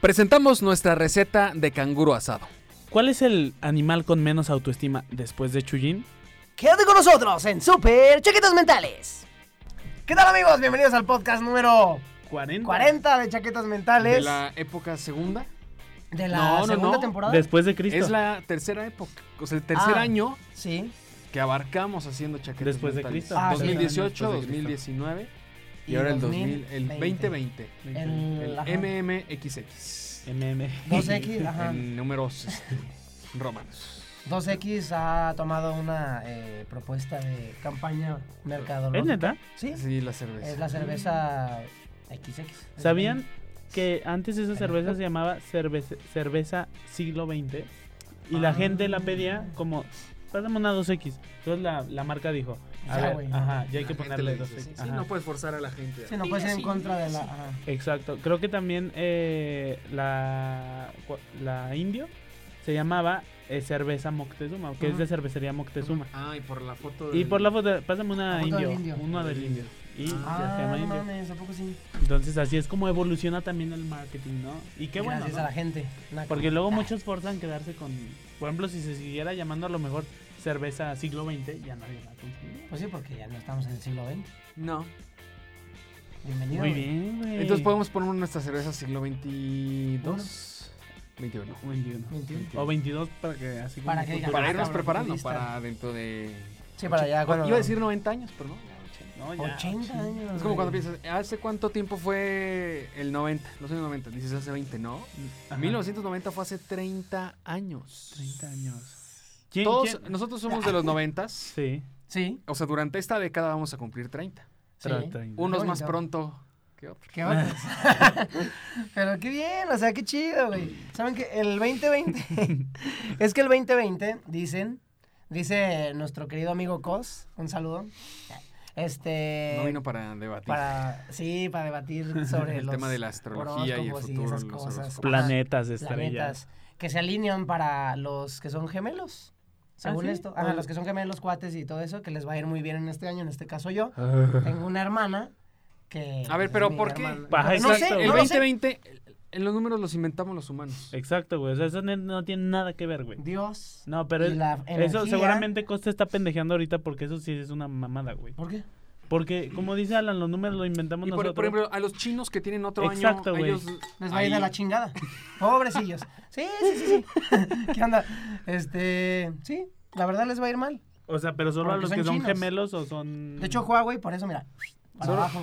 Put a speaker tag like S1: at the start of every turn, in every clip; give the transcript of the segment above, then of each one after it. S1: Presentamos nuestra receta de canguro asado.
S2: ¿Cuál es el animal con menos autoestima después de Chuyin?
S3: Quédate con nosotros en Super Chaquetas Mentales.
S4: ¿Qué tal amigos? Bienvenidos al podcast número
S2: 40.
S4: 40 de Chaquetas Mentales.
S1: De la época segunda.
S4: De la
S1: No, no,
S4: segunda
S1: no.
S4: temporada.
S2: Después de Cristo.
S1: Es la tercera época, o sea, el tercer
S4: Ah.
S1: año
S4: Sí.
S1: que abarcamos haciendo chaquetas
S2: Después de
S1: mentales.
S2: Cristo.
S4: Ah, sí.
S1: 2018,
S2: Después de Cristo.
S1: 2019 y ahora el 2000, el 2020.
S4: El-
S1: El
S4: ajá.
S1: MMXX.
S2: MM.
S4: 2X, ajá.
S1: En números este, romanos.
S4: 2X ha tomado una eh, propuesta de campaña mercadológica.
S2: ¿Es neta?
S4: Sí.
S1: Sí, la cerveza.
S4: Es la cerveza XX.
S2: ¿Sabían que antes esa cerveza se llamaba cerveza, cerveza siglo XX? Y la
S4: Ah.
S2: gente la pedía como, pásame una 2X. Entonces la, la marca dijo, a
S4: Ya,
S2: ver,
S4: güey, no.
S2: ajá, ya hay que
S1: La gente
S2: ponerle
S1: le dice,
S2: 2X.
S1: sí, sí,
S2: ajá.
S1: no puedes forzar a la gente.
S4: Sí, no puede ser en contra de la. ajá.
S2: Exacto. Creo que también eh, la, cua- la indio se llamaba eh, cerveza Moctezuma, que es de cervecería Moctezuma.
S1: Ah, y por la foto
S2: Y
S1: del-
S2: por la foto, pásame una
S4: La foto
S2: indio,
S4: del indio.
S2: una
S1: Del
S2: del indio. Y
S1: Ah.
S2: ya se
S4: Ah,
S2: llama
S4: no
S2: indio.
S4: mames, ¿a poco sí?
S2: Entonces así es como evoluciona también el marketing, ¿no? Y qué bueno.
S4: Gracias
S2: ¿no?
S4: a la gente. naco. Ah.
S2: Porque luego muchos forzan quedarse con, por ejemplo, si se siguiera llamando a lo mejor cerveza siglo XX, ya nadie la consumía.
S4: Pues sí, porque ya no estamos en el siglo XX.
S1: No.
S4: Bienvenido.
S2: Muy
S4: güey.
S2: bien, güey.
S1: Entonces podemos poner nuestra cerveza siglo 22. 21.
S2: 21.
S4: 21.
S2: O 22 para que así como
S4: Para que digan,
S1: Para
S4: Ah,
S1: irnos
S4: cabrón,
S1: preparando,
S4: lista.
S1: para dentro de...
S4: Sí, para allá.
S1: Iba
S4: cuando-
S1: a decir 90 años, pero no. ya 80.
S2: No, ya.
S4: 80 años.
S1: Es como
S4: güey.
S1: cuando piensas, ¿hace cuánto tiempo fue el 90? Los años 90. Dices hace 20, ¿no?
S2: Ajá.
S1: 1990 fue hace 30 años.
S2: 30 años. ¿Quién,
S1: Todos,
S2: quién?
S1: nosotros somos de los 90
S2: Sí.
S4: Sí.
S1: O sea, durante esta década vamos a cumplir 30.
S4: sí.
S2: trata-
S1: Unos más
S4: bonito.
S1: pronto que otros.
S4: ¿Qué onda? Pero qué bien, o sea, qué chido, güey. ¿Saben que El 2020. es que el 2020, dicen, dice nuestro querido amigo Cos, un saludo. Este.
S1: No vino para debatir.
S4: para sí, para debatir sobre
S1: El
S4: los
S1: tema de la astrología y el
S4: horóscopos
S1: futuro,
S4: esas
S1: los
S4: cosas.
S1: horóscopos.
S2: Planetas,
S4: Ajá,
S2: estrellas.
S4: planetas que se alinean para los que son gemelos. Según
S2: ¿sí?
S4: esto, ajá,
S2: Ah.
S4: los que son gemelos, cuates y todo eso, que les va a ir muy bien en este año, en este caso yo. Tengo una hermana que
S1: A ver,
S4: pues,
S1: pero
S4: es mi
S1: ¿por qué?
S4: hermana.
S2: Ajá,
S4: no
S2: exacto, Eh,
S4: sé,
S2: güey.
S1: el
S4: no lo sé.
S1: 2020, en los números los inventamos los humanos.
S2: Exacto, güey. O sea, eso ne- no tiene nada que ver, güey.
S4: Dios.
S2: No, pero
S4: y
S2: es-
S4: la
S2: eso
S4: energía.
S2: seguramente Costa está pendejeando ahorita porque eso sí es una mamada, güey.
S4: ¿Por qué?
S2: Porque, como dice Alan, los números los inventamos
S1: Y por,
S2: nosotros.
S1: por ejemplo, a los chinos que tienen otro
S2: Exacto,
S1: año,
S2: güey.
S1: ellos
S4: Les va a ir a
S1: ahí-
S4: la chingada. Pobrecillos. Sí, sí, sí, sí. ¿Qué onda? Este, sí, la verdad les va a ir mal.
S2: O sea, pero solo a
S4: Porque
S2: los
S4: son
S2: que son
S4: chinos.
S2: gemelos o son.
S4: De hecho, Huawei, por eso, mira, para
S1: Solo-
S4: abajo,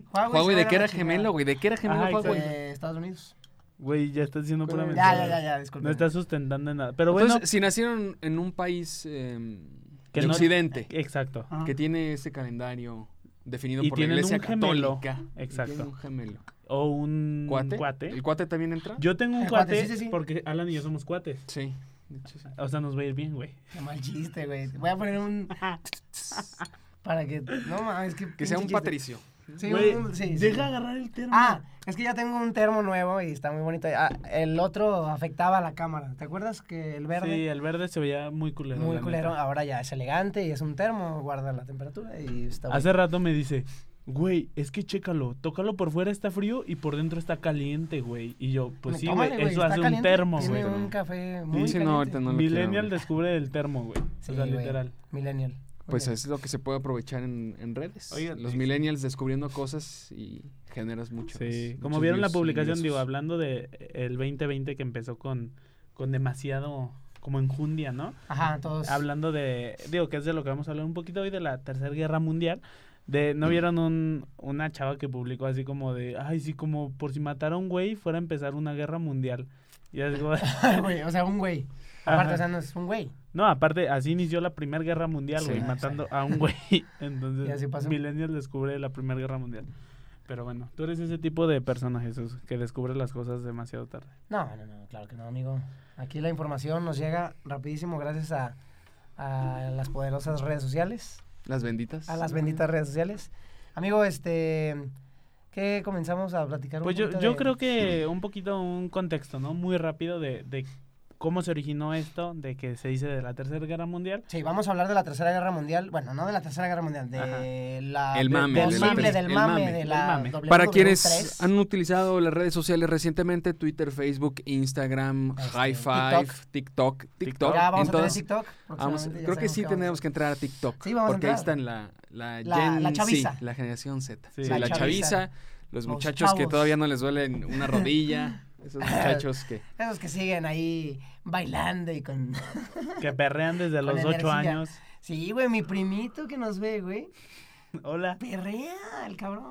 S1: Huawei,
S4: se va a
S1: ¿de
S4: ir
S1: qué
S4: a la
S1: era
S4: chingada.
S1: gemelo, güey? ¿De qué era gemelo
S2: Ajá,
S1: Huawei?
S2: Ah, exacto.
S4: De Estados Unidos.
S2: Güey, ya estás diciendo pura
S1: Ya,
S4: Ya,
S2: mentira.
S4: ya, ya, ya, disculpen.
S2: No estás sustentando en nada. Pero
S1: Entonces,
S2: bueno.
S1: si nacieron en un país eh,
S2: Que
S1: de
S2: no-
S1: Occidente,
S2: Exacto.
S4: Ajá.
S1: que tiene ese calendario definido
S2: Y
S1: por la
S2: tienen
S1: Iglesia
S2: un gemelo.
S1: Católica. y
S2: Exacto.
S1: tienen un gemelo.
S2: O un
S1: ¿Cuate? ¿El cuate también entra?
S2: Yo tengo un
S4: El cuate,
S2: cuate,
S4: sí, sí, sí.
S2: porque Alan y yo somos cuates.
S1: Sí. de hecho, sí.
S2: O sea, nos va a ir bien, güey.
S4: Qué mal chiste, güey. Voy a poner un. para que. No mames, que.
S1: Que sea un
S4: patricio.
S1: patricio.
S4: Sí,
S2: Güey,
S4: un- sí, sí.
S2: Deja agarrar el termo.
S4: Ah, es que ya tengo un termo nuevo y está muy bonito. Ah, el otro afectaba a la cámara. ¿Te acuerdas que el
S2: Sí,
S4: verde?
S2: el verde se veía muy culero.
S4: muy
S2: la
S4: culero.
S2: neta.
S4: Ahora ya es elegante y es un termo, guarda la temperatura y está bueno.
S2: Hace rato me dice, güey, es que chécalo. Tócalo por fuera está frío y por dentro está caliente, güey. Y yo, pues sí,
S4: Tómale,
S2: güey.
S4: güey,
S2: Eso
S4: está
S2: hace un
S4: caliente.
S2: termo,
S4: Tiene
S2: güey.
S4: un café muy
S1: Sí, no,
S4: caliente.
S1: ahorita no lo quiero,
S2: Millennial
S1: güey.
S2: descubre el termo, güey.
S4: Sí,
S2: o sea,
S4: güey.
S2: literal.
S4: Millennial.
S1: Pues
S4: Ok.
S1: es lo que se puede aprovechar en, en redes.
S2: Oiga,
S1: los
S2: sí.
S1: millennials descubriendo cosas y generas mucho.
S2: Sí, como vieron la publicación, digo, hablando de eh, el 2020 que empezó con, con demasiado, como enjundia, ¿no?
S4: Ajá, todos.
S2: Hablando de, digo, que es de lo que vamos a hablar un poquito hoy, de la Tercera Guerra Mundial. De, ¿No vieron un, una chava que publicó así como de, ay, sí, como por si matara a un güey fuera a empezar una guerra mundial? Y así como-
S4: Güey, o sea, un güey.
S2: Ajá.
S4: Aparte, o sea, no es un güey.
S2: no, aparte, así inició la Primera Guerra Mundial,
S1: Sí.
S2: güey,
S4: Ah,
S2: matando a un güey. Entonces,
S4: Y así pasó.
S2: Millennials descubre la Primera Guerra Mundial. Pero bueno, tú eres ese tipo de persona, Jesús, que descubre las cosas demasiado tarde.
S4: No, no, no, claro que no, amigo. Aquí la información nos llega rapidísimo gracias a, a las poderosas redes sociales,
S1: Las benditas.
S4: a las benditas redes sociales. Amigo, este, ¿qué comenzamos a platicar? un
S2: Pues yo,
S4: poquito
S2: yo
S4: de-
S2: creo que un poquito un contexto, ¿no? Muy rápido de, de cómo se originó esto de que se dice de la Tercera Guerra Mundial.
S4: Sí, vamos a hablar de la Tercera Guerra Mundial. Bueno, no de la Tercera Guerra Mundial, de la...
S1: El
S4: de-
S1: mame,
S4: Del
S1: de la
S4: mame,
S1: pres-
S4: del
S1: el
S4: mame,
S1: mame.
S4: de
S2: El
S4: la
S2: mame.
S4: W
S1: Para
S4: 2003.
S1: quienes han utilizado las redes sociales recientemente, Twitter, Facebook, Instagram,
S4: Este,
S1: High Five, TikTok, TikTok.
S4: Ya vamos
S1: entonces,
S4: a tener TikTok.
S1: vamos-
S4: próximamente, ya
S1: creo que
S4: sabemos
S1: sí
S4: qué vamos a
S1: tenemos
S4: hacer.
S1: que entrar a TikTok.
S4: Sí, vamos a
S1: porque ahí
S4: entrar.
S1: están la, la,
S4: La-
S1: Gen
S4: la
S1: Z,
S4: chaviza.
S1: la generación Z.
S2: Sí.
S1: Sí,
S2: La
S1: la
S4: chaviza.
S1: chaviza, los
S4: Los
S1: muchachos que
S4: chavos.
S1: todavía no les duele una rodilla, esos muchachos que...
S4: Esos que siguen ahí bailando y con...
S2: Que perrean desde
S4: Con
S2: los ocho
S4: energía.
S2: años.
S4: Sí, güey, mi primito que nos ve, güey.
S2: Hola.
S4: Perrea, el cabrón.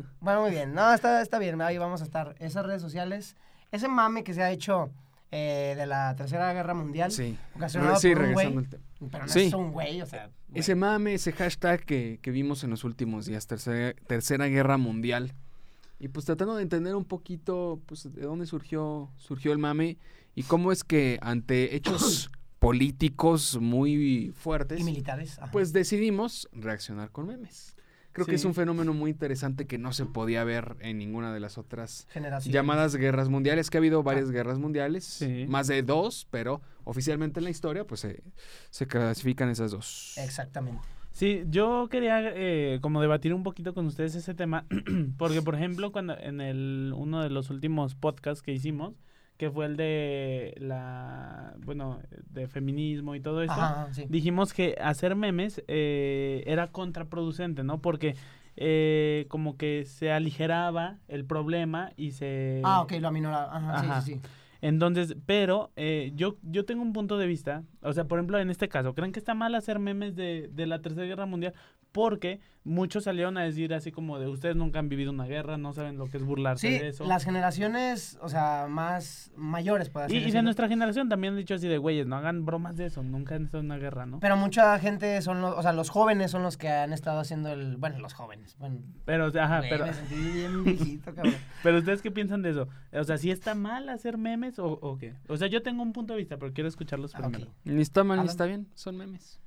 S4: Bueno, muy bien. No, está, está bien. Ahí vamos a estar. Esas redes sociales, ese mame que se ha hecho eh, de la Tercera Guerra Mundial.
S1: Sí,
S4: Ocasionado
S1: sí
S4: por un
S1: regresando
S4: güey.
S1: al tema.
S4: Pero no
S1: Sí.
S4: es un güey, o sea. güey.
S1: Ese mame, ese hashtag que, que vimos en los últimos días, tercera, Tercera Guerra Mundial. Y pues tratando de entender un poquito pues, de dónde surgió, surgió el mame y cómo es que ante hechos políticos muy fuertes,
S4: Y militares. ajá.
S1: pues decidimos reaccionar con memes. Creo que es
S2: Sí.
S1: un fenómeno muy interesante que no se podía ver en ninguna de las otras
S4: Generación.
S1: llamadas guerras mundiales, que ha habido varias guerras mundiales,
S2: Ah. Sí.
S1: más de dos, pero oficialmente en la historia pues se, se clasifican esas dos.
S4: Exactamente.
S2: Sí, yo quería eh, como debatir un poquito con ustedes ese tema, porque por ejemplo, cuando en el uno de los últimos podcasts que hicimos, que fue el de la, bueno, de feminismo y todo eso,
S4: Ajá, sí.
S2: dijimos que hacer memes eh, era contraproducente, ¿no? Porque eh, como que se aligeraba el problema y se...
S4: Ah, ok, lo aminoraba. Ajá,
S2: eh, Ajá.
S4: sí, sí, sí.
S2: Entonces, pero eh, yo, yo tengo un punto de vista. O sea, por ejemplo, en este caso, ¿creen que está mal hacer memes de, de la Tercera Guerra Mundial? Porque muchos salieron a decir así como de ustedes nunca han vivido una guerra, no saben lo que es burlarse
S4: Sí,
S2: de eso.
S4: las generaciones, o sea, más mayores, por así
S2: Y, y de
S4: decirlo.
S2: nuestra generación también han dicho así de güeyes, no hagan bromas de eso, nunca han estado en una guerra, ¿no?
S4: Pero mucha gente son los, o sea, los jóvenes son los que han estado haciendo el, bueno, los jóvenes, bueno.
S2: Pero, o sea, ajá,
S4: güey,
S2: Ah, pero,
S4: Me sentí bien viejito, cabrón.
S2: pero ustedes qué piensan de eso? O sea, ¿sí está mal hacer memes o, o qué? O sea, yo tengo un punto de vista, pero quiero escucharlos
S4: Ah, ok.
S2: primero.
S1: Ni está mal ni
S4: Alan.
S1: está bien, son memes.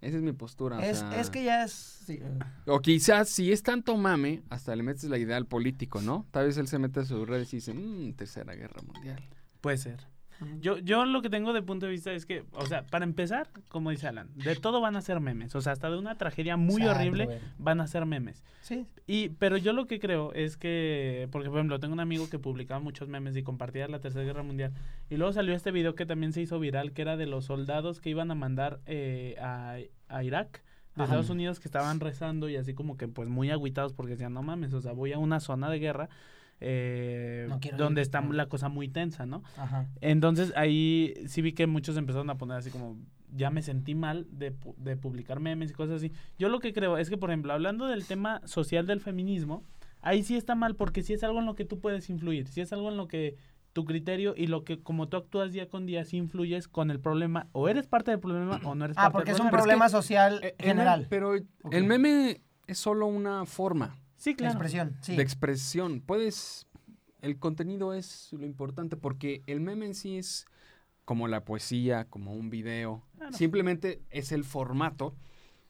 S1: Esa es mi postura. o
S4: Es,
S1: sea,
S4: es que ya es, sí, eh,
S1: O quizás si es tanto mame, hasta le metes la idea al político, ¿no? Tal vez él se mete a sus redes y dice, mmm, tercera guerra mundial.
S2: Puede ser.
S4: eh,
S2: Yo, yo lo que tengo de punto de vista es que, o sea, para empezar, como dice Alan, de todo van a ser memes. O sea, hasta de una tragedia muy
S4: Exacto,
S2: horrible
S4: güey.
S2: van a ser memes.
S4: sí.
S2: Y, pero yo lo que creo es que, porque por ejemplo, tengo un amigo que publicaba muchos memes y compartía la Tercera Guerra Mundial. Y luego salió este video que también se hizo viral, que era de los soldados que iban a mandar eh, a, a Irak. De
S4: Ajá.
S2: Estados Unidos que estaban rezando y así como que pues muy agüitados porque decían, no mames, o sea, voy a una zona de guerra eh,
S4: No quiero
S2: donde
S4: ir".
S2: está
S4: Ajá.
S2: la cosa muy tensa, ¿no?
S4: Ajá.
S2: Entonces ahí sí vi que muchos empezaron a poner así como, ya me sentí mal de, pu- de publicar memes y cosas así. Yo lo que creo es que, por ejemplo, hablando del tema social del feminismo, ahí sí está mal porque sí es algo en lo que tú puedes influir, sí es algo en lo que tu criterio y lo que como tú actúas día con día, sí influyes con el problema, o eres parte del problema o no eres
S4: Ah,
S2: parte
S4: porque
S2: del
S4: es un
S2: problema.
S1: pero es
S4: problema
S1: que-
S4: social
S1: Eh, el
S4: general.
S1: meme- pero
S4: Ok.
S1: el meme es solo una forma
S2: Sí,
S4: La
S2: claro.
S4: expresión, sí.
S1: de expresión. Puedes, el contenido es lo importante porque el meme en sí es como la poesía, como un video.
S2: Claro.
S1: Simplemente es el formato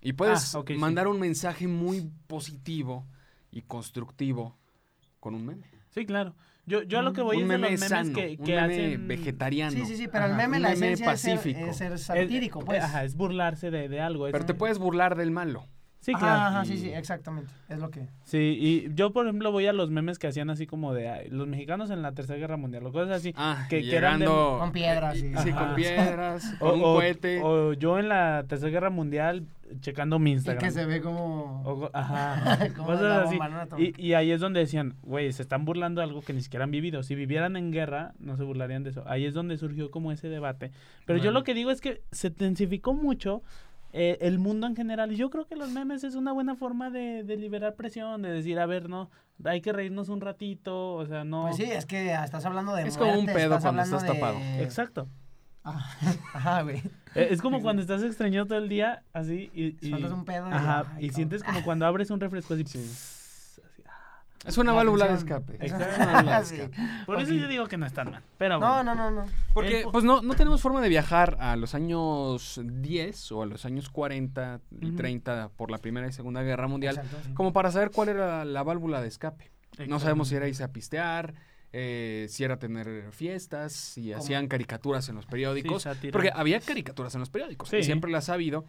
S1: y puedes
S2: Ah, ok, sí.
S1: mandar un mensaje muy positivo y constructivo con un meme.
S2: Sí, claro. Yo, yo a lo que voy
S1: un
S2: es de los
S1: meme
S2: memes
S1: sano,
S2: que,
S1: un
S2: que
S1: meme
S2: hacen...
S1: vegetariano.
S4: sí, sí, sí, pero el
S2: Ajá.
S4: meme,
S1: Un
S4: la
S1: meme
S4: esencia es ser-
S1: pacífico.
S4: es ser,
S2: es-
S4: satírico, pues.
S2: Ajá, es burlarse de, de algo. es
S1: Pero te
S2: un-
S1: puedes burlar del malo.
S2: Sí, claro.
S4: Ajá, ajá, sí,
S1: Y-
S4: sí, exactamente. Es lo que...
S2: Sí, y yo, por ejemplo, voy a los memes que hacían así como de ay, los mexicanos en la Tercera Guerra Mundial o cosas así.
S1: Ah,
S2: Que-
S1: que,
S2: que eran de-
S1: llegando
S4: Con piedras,
S1: Sí,
S4: sí.
S1: sí, con
S2: Ajá.
S1: piedras,
S2: O,
S1: con un
S2: o-
S1: cohete.
S2: o yo en la Tercera Guerra Mundial checando mi
S4: Y
S2: Instagram.
S4: que se ve como...
S2: O co- ajá.
S4: Como
S2: cosas
S4: la
S2: así.
S4: bomba, ¿no? Atómica.
S2: Y, y ahí es donde decían, güey, se están burlando de algo que ni siquiera han vivido. Si vivieran en guerra, no se burlarían de eso. Ahí es donde surgió como ese debate. Pero yo
S1: Claro.
S2: lo que digo es que se intensificó mucho eh, el mundo en general. Y yo creo que los memes es una buena forma de, de liberar presión, de decir, a ver, no, hay que reírnos un ratito. O sea, no.
S4: Pues sí, es que estás hablando de
S1: Es como un
S4: muerte,
S1: pedo
S4: estás
S1: cuando
S4: hablando
S1: estás
S4: de-
S1: tapado.
S2: Exacto.
S4: Ah, Ajá, güey.
S2: Eh, Es como cuando estás extrañado todo el día, así, y... y-
S4: Sueltas un pedo y-
S2: Ajá, y
S4: ay, cabrón.
S2: sientes como cuando abres un refresco así.
S1: Sí.
S2: pss, así, ah.
S1: es una válvula de
S4: Atención.
S1: escape.
S2: Exacto.
S1: Es una válvula de
S4: Sí.
S1: escape.
S2: Por eso
S4: Ok.
S2: yo digo que no están mal. Pero
S4: No,
S2: bueno.
S4: no, no, no.
S1: Porque
S4: Eh,
S2: El-
S1: pues no, no tenemos forma de viajar a los años 10 o a los años 40 y
S2: Ujú.
S1: 30 por la Primera y Segunda Guerra Mundial
S4: Exacto, sí.
S1: como para saber cuál era la, válvula de escape. No
S2: Exacto.
S1: sabemos si era irse a pistear, eh, si era tener fiestas, si hacían caricaturas en los periódicos.
S2: sátira.
S1: porque había caricaturas en los periódicos,
S2: Sí.
S1: y siempre las ha habido.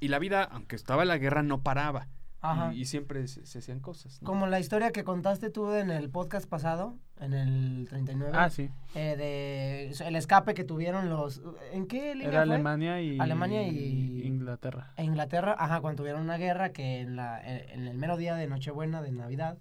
S1: Y la vida, aunque estaba la guerra, no paraba.
S4: Ajá.
S1: Y, y siempre se, se hacían cosas. ¿no?
S4: Como la historia que contaste tú en el podcast pasado, en el 39.
S2: Ah, sí.
S4: eh, de el escape que tuvieron los... ¿En qué línea
S2: Era
S4: fue?
S2: Alemania y.
S4: Alemania y-
S2: Inglaterra.
S4: E Inglaterra, ajá, cuando tuvieron una guerra que en, la, en, en el mero día de Nochebuena, de Navidad.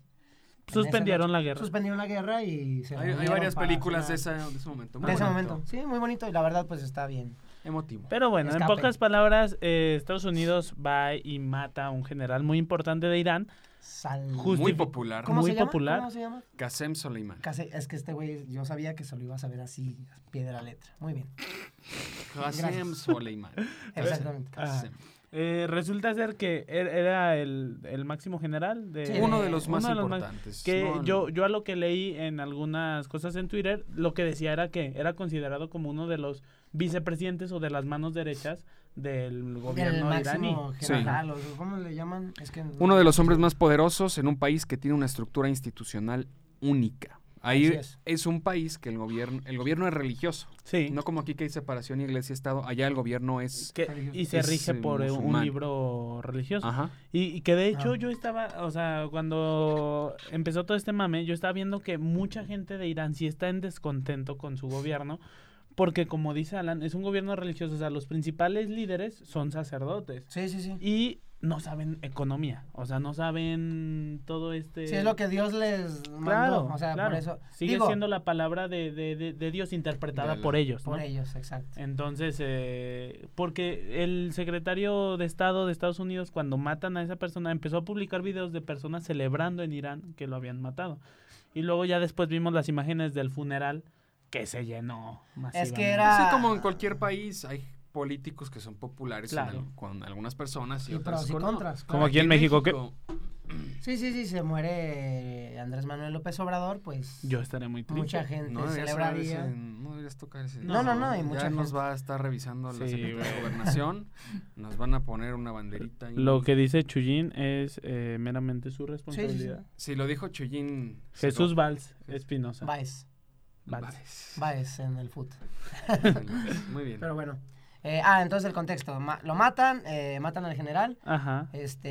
S4: en
S2: Suspendieron
S4: esa
S2: la guerra.
S4: Suspendieron la guerra y se
S1: Hay, hay
S4: reunieron
S1: varias
S4: para
S1: películas de,
S4: hacer
S1: esa- de ese momento.
S4: una-
S1: muy
S4: de ese
S1: bonito,
S4: momento. Sí, muy bonito y la verdad pues está bien.
S1: Emotivo.
S2: Pero bueno, en
S4: Escape.
S2: pocas palabras, eh, Estados Unidos va y mata a un general muy importante de Irán.
S4: Sal-
S2: Justo-
S1: muy
S2: justifi-
S1: popular.
S4: ¿Cómo
S2: muy
S4: se llama?
S2: popular.
S4: ¿Cómo se llama?
S1: Qasem Soleimán.
S4: Casi- es que este güey, yo sabía que se lo ibas a ver así, pie de la letra. Muy bien.
S1: Qasem
S4: Gracias.
S1: Soleimán.
S4: Exactamente.
S1: Qasem.
S2: Eh, resulta ser que er- era el, el máximo general de
S4: Sí.
S1: Uno de los más
S2: uno de los más-
S1: importantes.
S2: que
S1: No, no.
S2: yo yo a lo que leí en algunas cosas en Twitter lo que decía era que era considerado como uno de los vicepresidentes o de las manos derechas del
S4: El
S2: gobierno iraní.
S4: máximo general, o ¿cómo le llaman? Es que
S1: Uno de los hombres más poderosos en un país que tiene una estructura institucional única. Ahí
S4: Así
S1: es.
S4: es.
S1: un país que el gobierno, el gobierno es religioso.
S2: Sí.
S1: No como aquí que hay separación iglesia-estado, allá el gobierno es...
S2: que- y se
S1: Es,
S2: rige
S1: eh,
S2: por eh, un
S1: musulmán.
S2: libro religioso.
S1: Ajá.
S2: Y, y que de hecho
S4: Ah.
S2: yo estaba, o sea, cuando empezó todo este mame, yo estaba viendo que mucha gente de Irán sí está en descontento con su gobierno, porque como dice Alan, es un gobierno religioso, o sea, los principales líderes son sacerdotes
S4: Sí, sí, sí.
S2: y no saben economía, o sea, no saben todo este...
S4: Sí, es lo que Dios les mandó.
S2: Claro,
S4: o sea,
S2: claro.
S4: por eso.
S2: Sigue
S4: digo,
S2: siendo la palabra de, de- de- de Dios interpretada
S1: De
S2: por
S1: Alá.
S2: ellos. ¿no?
S4: Por ellos, exacto.
S2: Entonces, eh, porque el secretario de Estado de Estados Unidos, cuando matan a esa persona, empezó a publicar videos de personas celebrando en Irán que lo habían matado. Y luego ya después vimos las imágenes del funeral que se llenó.
S4: Es que
S2: masivamente.
S4: era-
S1: Sí, como en cualquier país hay políticos que son populares en
S2: Claro.
S1: al- con algunas personas y,
S4: Y
S1: otras
S4: pros y
S1: con no.
S4: contras.
S2: Como aquí en México, que-
S4: Sí, sí, sí, se muere Andrés Manuel López Obrador, pues
S2: Yo estaré muy triste.
S4: mucha gente
S1: No deberías, hablar de
S4: celebraría.
S1: ese- no deberías tocar ese.
S4: No, no, no, y
S1: Ya
S4: mucha
S1: nos
S4: gente.
S1: va a estar revisando la
S2: Sí,
S1: Secretaría de
S2: güey.
S1: Gobernación. Nos van a poner una banderita. ahí.
S2: Lo que dice Chuyín es eh, meramente su responsabilidad.
S1: Si lo dijo Chuyín. se
S2: Jesús
S1: lo-
S2: Valls Espinosa.
S4: Baez,
S2: Valls.
S4: Baez en el fútbol.
S1: Muy bien.
S4: Pero bueno. Eh, ah, entonces el contexto. ma- lo matan, eh, matan al general.
S2: Ajá.
S4: Este.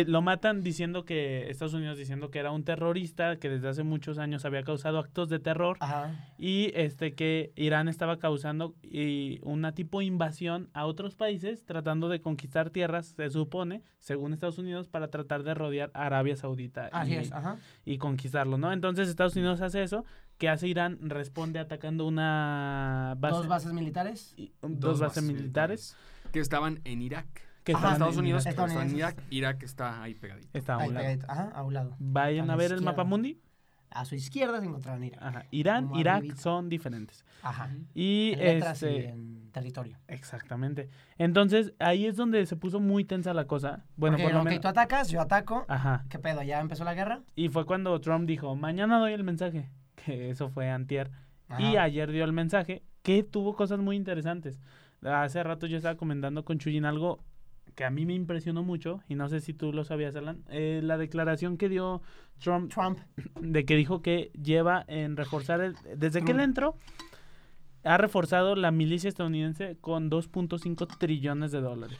S2: Eh, lo matan diciendo que Estados Unidos diciendo que era un terrorista que desde hace muchos años había causado actos de terror
S4: ajá.
S2: y este que Irán estaba causando y una tipo invasión a otros países tratando de conquistar tierras se supone según Estados Unidos para tratar de rodear a Arabia Saudita
S4: Así
S2: y,
S4: es, ajá.
S2: y conquistarlo no entonces Estados Unidos hace eso que hace Irán responde atacando una base
S4: Dos bases militares.
S2: y- dos bases militares
S1: eh, Que estaban en Irak.
S2: que
S4: Ajá.
S2: estaban
S1: Estados
S2: en
S1: Unidos
S2: Irak.
S1: pero están en Irak.
S4: Ah, Estadounidenses.
S1: Irak está ahí pegadito.
S2: Estaba a
S4: Ahí
S2: un lado.
S4: pegadito, Ajá, a un lado.
S2: vayan
S4: A
S2: a
S4: la
S2: ver el
S4: izquierda.
S2: mapa mundi
S4: A su izquierda se encontraban Irak.
S2: Ajá, Irán,
S4: Como
S2: Irak
S4: arribita.
S2: son diferentes.
S4: Ajá.
S2: Y
S4: En letras y eh,
S2: este,
S4: en territorio.
S2: exactamente. Entonces, ahí es donde se puso muy tensa la cosa. Bueno,
S4: Porque
S2: por lo
S4: ok,
S2: menos.
S4: tú atacas, yo ataco.
S2: Ajá.
S4: ¿Qué pedo? ¿Ya empezó la guerra?
S2: Y fue cuando Trump dijo, "Mañana doy el mensaje", que eso fue antier. Y
S4: Ajá.
S2: ayer dio el mensaje, que tuvo cosas muy interesantes. Hace rato yo estaba comentando con Chuyín algo que a mí me impresionó mucho y no sé si tú lo sabías, Alan. Eh, la declaración que dio Trump
S4: Trump.
S2: de que dijo que lleva en reforzar el, desde que él
S4: Trump.
S2: entró ha reforzado la milicia estadounidense con 2.5 trillones de dólares.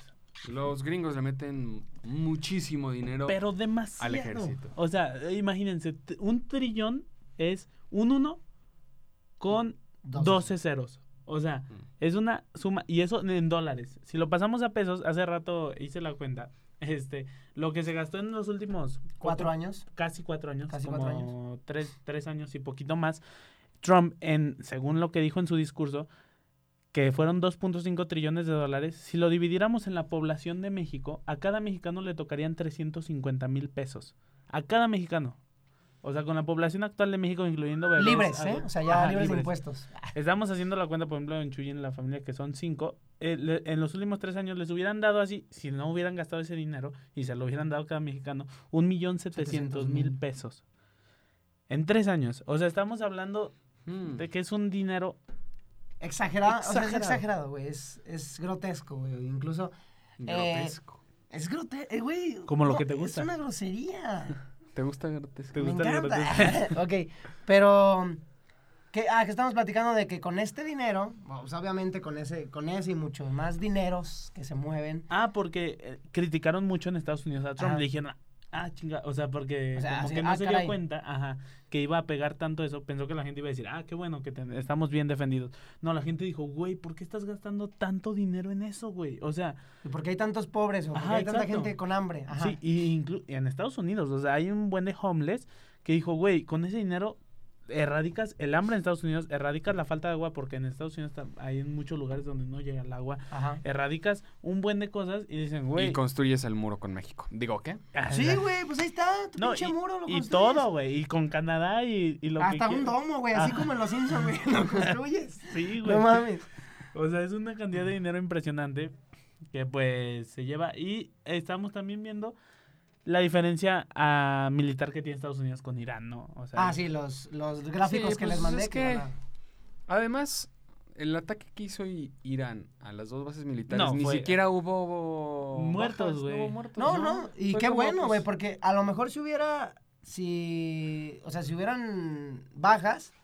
S1: Los gringos le meten muchísimo dinero.
S2: Pero demasiado.
S1: Al ejército.
S2: O sea, eh, imagínense, t- un trillón es un 1 con 12 ceros. O sea,
S1: Mm.
S2: es una suma y eso en dólares. Si lo pasamos a pesos, hace rato hice la cuenta. Este, lo que se gastó en los últimos
S4: Cuatro años.
S2: casi cuatro años,
S4: Casi
S2: como
S4: cuatro
S2: Tres, tres años y poquito más, Trump, en, según lo que dijo en su discurso, que fueron 2.5 trillones de dólares, si lo dividiéramos en la población de México, a cada mexicano le tocarían 350 mil pesos. A cada mexicano. O sea, con la población actual de México, incluyendo bebés.
S4: Libres, ¿eh?
S2: adultos-
S4: O sea, ya
S2: Ajá,
S4: libres, de impuestos.
S2: Estamos haciendo la cuenta, por ejemplo, en Chuy, en la familia, que son cinco. eh, le- en los últimos tres años les hubieran dado así, si no hubieran gastado ese dinero y se lo hubieran dado a cada mexicano, un millón setecientos mil
S4: 700,000.
S2: pesos. En tres años. O sea, estamos hablando
S1: Mm.
S2: de que es un dinero.
S4: Exagerado, o sea, es
S2: Exagerado.
S4: exagerado, güey. Es, es grotesco, güey. Incluso
S1: Grotesco.
S4: Eh, es grotesco, güey.
S2: Como lo que te gusta.
S4: Es una grosería.
S1: ¿Te gusta grotesco?
S2: ¿Te
S4: Me
S2: gusta el
S4: encanta. ok, pero... Que, ah, que estamos platicando de que con este dinero, pues obviamente con ese, con ese y muchos más dineros que se mueven,
S2: Ah, porque eh, criticaron mucho en Estados Unidos a Trump.
S4: Ajá.
S2: Le dijeron, ah, chinga. O sea, porque
S4: O sea,
S2: como
S4: así,
S2: que no
S4: ah,
S2: se
S4: caray.
S2: dio cuenta ajá, que iba a pegar tanto eso. Pensó que la gente iba a decir, ah, qué bueno, que ten- estamos bien defendidos. No, la gente dijo, güey, ¿por qué estás gastando tanto dinero en eso, güey? O sea,
S4: y porque hay tantos pobres o porque
S2: Ajá,
S4: hay tanta
S2: exacto.
S4: gente con hambre. Ajá.
S2: sí, y inclu- en Estados Unidos, o sea, hay un buen de homeless que dijo, güey, con ese dinero erradicas el hambre en Estados Unidos, erradicas la falta de agua, porque en Estados Unidos tam- hay en muchos lugares donde no llega el agua.
S4: Ajá.
S2: Erradicas un buen de cosas y dicen, güey.
S1: Y construyes el muro con México. Digo, ¿qué?
S2: ah,
S4: Sí, güey, pues ahí está, tu
S2: No,
S4: pinche muro lo
S2: y
S4: construyes.
S2: todo, güey. Y con Canadá y, y lo que
S4: Hasta un
S2: quieras.
S4: domo, güey, así
S2: Ajá.
S4: como en los Simpsons, güey, lo construyes.
S2: Sí, güey.
S4: No mames.
S2: o sea, es una cantidad de dinero impresionante que pues se lleva. Y estamos también viendo la diferencia ah, militar que tiene Estados Unidos con Irán, ¿no? O sea,
S4: Ah, sí, los, los gráficos
S1: Sí,
S4: que
S1: pues,
S4: les mandé.
S1: es
S4: que
S1: que-
S4: van a-
S1: Además, el ataque que hizo I- Irán a las dos bases militares,
S2: No,
S1: ni
S2: fue-
S1: siquiera hubo
S2: Muertos,
S1: bajas,
S2: güey.
S1: No, hubo muertos,
S4: No, no, y
S1: Fue
S4: qué
S1: como,
S4: bueno,
S1: pues,
S4: güey, porque a lo mejor si hubiera, si, o sea, si hubieran bajas,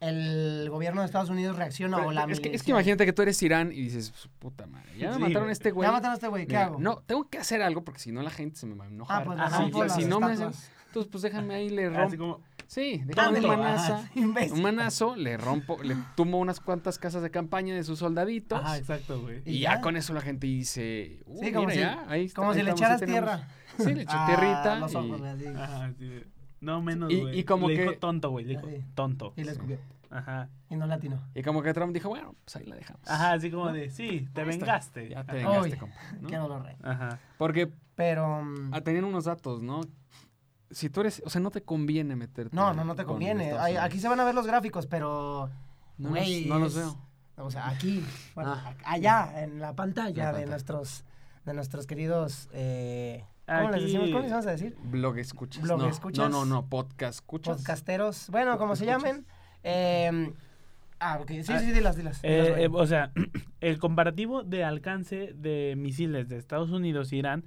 S4: el gobierno de Estados Unidos reacciona
S1: pero-
S4: o la
S1: es, que, es que
S4: milicia.
S1: imagínate que tú eres Irán y dices, pues, puta madre, ya me
S2: Sí,
S1: mataron
S2: güey.
S1: a este güey.
S4: Ya mataron a este güey, ¿qué
S1: Mira,
S4: hago?
S1: No, tengo que hacer algo porque si no la gente se me va a enojar.
S4: Ah, pues
S2: Ah,
S4: bajaron
S2: sí,
S4: por
S2: claro.
S4: las
S1: si no me hacen-
S4: estatuas.
S1: entonces pues déjame ahí le
S2: así
S1: rompo.
S2: Ah, como,
S1: Sí, déjame un
S4: Dándole,
S1: manazo.
S4: ajá, imbécil.
S1: Un manazo, le rompo, le tumbo unas cuantas casas de campaña de sus soldaditos.
S2: ajá, "Ah, exacto, güey.
S1: Y
S4: Y
S1: ya
S4: ya.
S1: con eso la gente dice, "Uh,
S4: Sí, como
S1: mira
S4: si-
S1: ya, ahí está-
S4: como
S1: ahí
S4: si le
S1: estamos, ahí
S4: echaras
S1: tenemos".
S4: tierra.
S1: Sí, le eché
S4: Ah,
S1: tierrita
S4: los
S1: y- Ah.
S4: ojos, güey, así.
S2: Ajá, sí, güey. No menos,
S1: Y-
S2: güey.
S1: y como
S2: le
S1: que-
S2: dijo tonto, güey. Le dijo
S4: Así.
S2: tonto.
S4: Y lo escupió.
S2: Ajá.
S4: Y no latino.
S1: y como que Trump dijo, bueno, pues ahí la dejamos.
S2: Ajá, así como de, sí, te
S1: Ahí está.
S2: vengaste.
S1: Ya te
S2: Ajá.
S1: vengaste,
S4: Uy,
S1: compa. ¿no?
S4: Qué dolor, rey.
S2: Ajá.
S1: Porque
S4: Pero. mm,
S1: ah, tenían unos datos, ¿no? Si tú eres, o sea, no te conviene meterte.
S4: No, no, no te
S1: con
S4: conviene.
S1: Estados
S4: Ay,
S1: Unidos.
S4: aquí se van a ver los gráficos, pero.
S1: no, los-
S4: güey,
S1: no los
S4: es-
S1: veo.
S4: O sea, aquí. bueno,
S1: Ah.
S4: a- allá, en la pantalla
S1: La
S4: de
S1: pantalla.
S4: nuestros. De nuestros queridos. eh, ¿Cómo les decimos?
S2: Aquí-
S4: ¿Cómo les vamos a decir?
S1: Blog escuchas.
S4: Blog
S1: no,
S4: escuchas.
S1: No, no, no, podcast escuchas.
S4: Podcasteros. Bueno, como se
S1: ¿Escuchas?
S4: llamen. eh, ah, ok. Sí,
S2: Ah,
S4: sí, sí, dilas, dilas.
S2: Eh,
S4: dilas, güey.
S2: eh, o sea, el comparativo de alcance de misiles de Estados Unidos e Irán,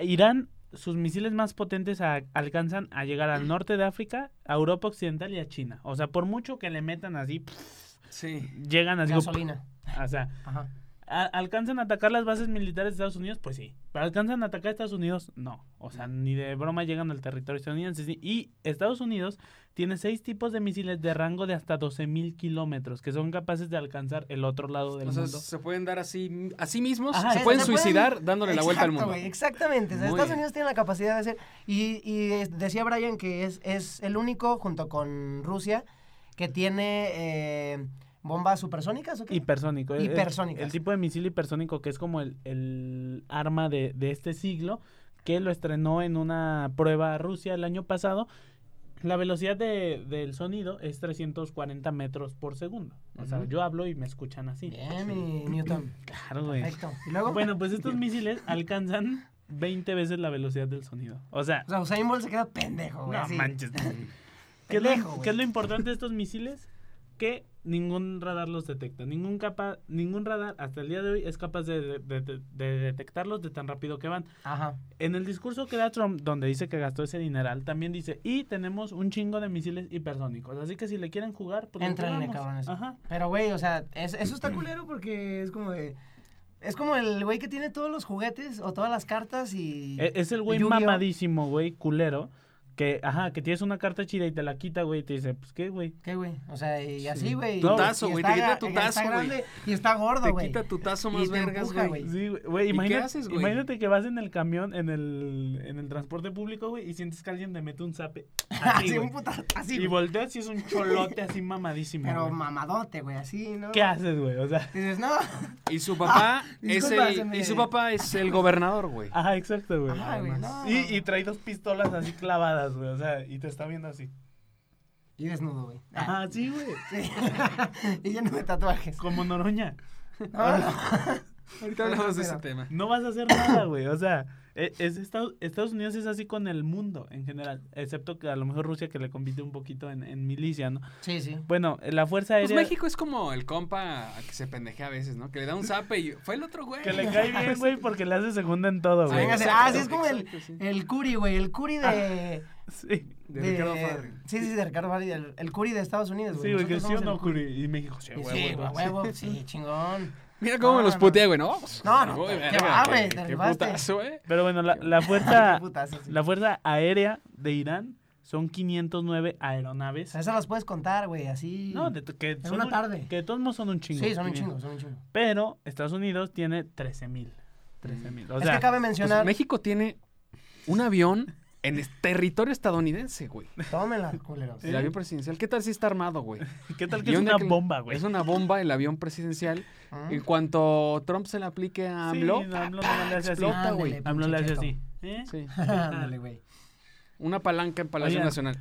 S2: Irán, sus misiles más potentes a- alcanzan a llegar al norte de África, a Europa Occidental y a China. O sea, por mucho que le metan así, pff,
S1: Sí.
S2: llegan así. como,
S4: Gasolina.
S2: pff, O sea,
S4: Ajá.
S2: a- ¿alcanzan a atacar las bases militares de Estados Unidos? Pues sí. ¿Pero alcanzan a atacar a Estados Unidos? No. O sea, ni de broma llegan al territorio estadounidense. sí. Y Estados Unidos tiene seis tipos de misiles de rango de hasta 12.000 kilómetros que son capaces de alcanzar el otro lado del
S1: O sea,
S2: mundo.
S1: se pueden dar así, así mismos,
S2: Ajá,
S1: se
S2: sí,
S1: pueden
S2: se
S1: suicidar dándole la vuelta al
S4: Exacto,
S1: mundo.
S4: güey, exactamente. O sea,
S1: Muy
S4: Estados
S1: bien.
S4: Unidos tiene la capacidad de hacer. Y, y es- decía Brian que es, es el único, junto con Rusia, que tiene eh, bombas supersónicas. ¿o qué?
S2: Hipersónico. el- el-
S4: Hipersónicas.
S2: El, tipo de misil hipersónico que es como el, el arma de, de este siglo que lo estrenó en una prueba a Rusia el año pasado. La velocidad de- del sonido es 340 metros por segundo. O sea,
S1: Ujú.
S2: yo hablo y me escuchan así.
S4: Bien, mi Newton.
S2: Claro, güey.
S4: Perfecto. Y luego,
S2: Bueno, pues estos misiles alcanzan 20 veces la velocidad del sonido. O sea,
S4: o sea, Usain Bolt se queda pendejo, güey.
S2: no
S4: así.
S2: manches. ¿Qué es, lo,
S4: Pendejo,
S2: qué es
S4: güey.
S2: lo importante de estos misiles? Que ningún radar los detecta. Ningún, capa, ningún radar hasta el día de hoy es capaz de, de- de- de detectarlos de tan rápido que van.
S4: Ajá.
S2: En el discurso que da Trump, donde dice que gastó ese dineral, también dice, y tenemos un chingo de misiles hipersónicos. Así que si le quieren jugar, pues... le
S4: Éntrenle,
S2: jugamos".
S4: cabrones.
S2: Ajá.
S4: Pero, güey, o sea, es- eso está culero porque es como de. Es como el güey que tiene todos los juguetes o todas las cartas y.
S2: E- Es el güey
S4: Yu-Gi-Oh.
S2: mamadísimo, güey, culero. Que, ajá, que tienes una carta chida y te la quita, güey, y te dice, pues qué, güey.
S4: ¿Qué, güey? O sea, y así, güey.
S1: Tu
S4: y-
S1: tazo,
S4: y
S1: güey,
S4: está
S1: te quita
S4: ga-
S1: tu
S4: está
S1: tazo, güey.
S4: grande Y está gordo,
S1: Te
S4: güey.
S1: quita tu tazo
S4: Y
S1: más
S4: te
S1: vergas,
S4: empuja,
S1: güey.
S4: güey.
S2: Sí, güey, güey,
S1: ¿Y qué
S2: imagínate,
S1: haces, güey?
S2: imagínate que vas en el camión, en el, en el transporte público, güey, y sientes que alguien te mete un zape. Así,
S4: Así,
S2: güey.
S4: un puta. Así,
S2: y
S4: güey.
S2: volteas y es un cholote así mamadísimo.
S4: Pero
S2: güey.
S4: mamadote, güey, así, ¿no?
S2: ¿Qué haces, güey? O sea,
S4: Dices, no.
S1: Y su papá es
S4: disculpa,
S1: el,
S4: se me-
S1: y su papá es el gobernador, güey.
S2: ajá, exacto, güey.
S4: Ajá, güey, no.
S2: Y, y trae dos pistolas así clavadas, güey, o sea, y te está viendo así.
S4: Y desnudo, güey. Ah.
S2: Ajá, sí, güey.
S4: Sí. y lleno de tatuajes.
S2: Como Noroña.
S4: No, no.
S1: Ahorita hablamos de ese
S4: Pero-
S1: tema.
S2: No vas a hacer nada, güey, o sea, e- es Estados, Estados Unidos es así con el mundo en general, excepto que a lo mejor Rusia que le compite un poquito en, en milicia, ¿no?
S4: Sí, sí.
S2: Bueno, eh, la Fuerza
S1: Pues
S2: Aérea...
S1: México es como el compa al que se pendejea a veces, ¿no? Que le da un zape y fue el otro güey.
S2: Que le cae bien, güey, porque le hace segunda en todo,
S1: Sí,
S2: güey.
S4: Véngase.
S1: exacto,
S4: Ah, sí, es como el,
S1: exacto, sí.
S4: el Curi, güey. El Curi de.
S2: Sí.
S1: De Ricardo Farrell.
S4: Sí, sí, de Ricardo Farrell. El, el Curi de Estados Unidos, güey.
S2: Sí, güey, que
S4: pues, Nosotros
S2: sí o
S4: somos
S2: no,
S4: el
S2: Curi. Y México, sí,
S4: Curi.
S2: güey.
S4: Sí, a huevo. Sí, chingón.
S1: Mira cómo me los
S4: No, no.
S1: putea, güey, ¿no?
S4: No, no,
S1: Uy,
S4: te-
S1: verga,
S4: te va, güey,
S1: qué-
S4: te
S1: Qué
S4: rifaste.
S1: putazo, eh.
S2: Pero bueno, la, la
S4: Qué
S2: fuerza,
S4: putazo, sí.
S2: la fuerza aérea de Irán son 509
S4: O
S2: aeronaves.
S4: sea, esas las puedes contar, güey, así.
S2: No, de, que son
S4: Ah, una
S2: un-
S4: tarde.
S2: que de todos modos son un chingo.
S4: Sí, son un chingo, son un chingo.
S2: Pero Estados Unidos tiene 13 mil. O
S4: es
S2: sea,
S4: que cabe
S1: Pues
S4: mencionar.
S1: México tiene un avión en es- territorio estadounidense, güey.
S4: Tómenla, culeros.
S1: El avión presidencial. ¿Qué tal si está armado, güey?
S2: ¿qué tal
S1: Y
S2: que es
S1: un
S2: una
S1: día que le-
S2: bomba, güey?
S1: Es una bomba el avión presidencial.
S4: ¿Mm?
S1: En cuanto Trump se le aplique a
S2: Sí,
S1: AMLO,
S2: no, AMLO no le hace así.
S1: explota,
S4: Ándale,
S1: güey.
S2: AMLO Ah, le hace
S4: pinche
S2: así. ¿Eh?
S1: Sí.
S4: Ándale, güey.
S1: Una palanca en Palacio
S2: Oigan.
S1: Nacional.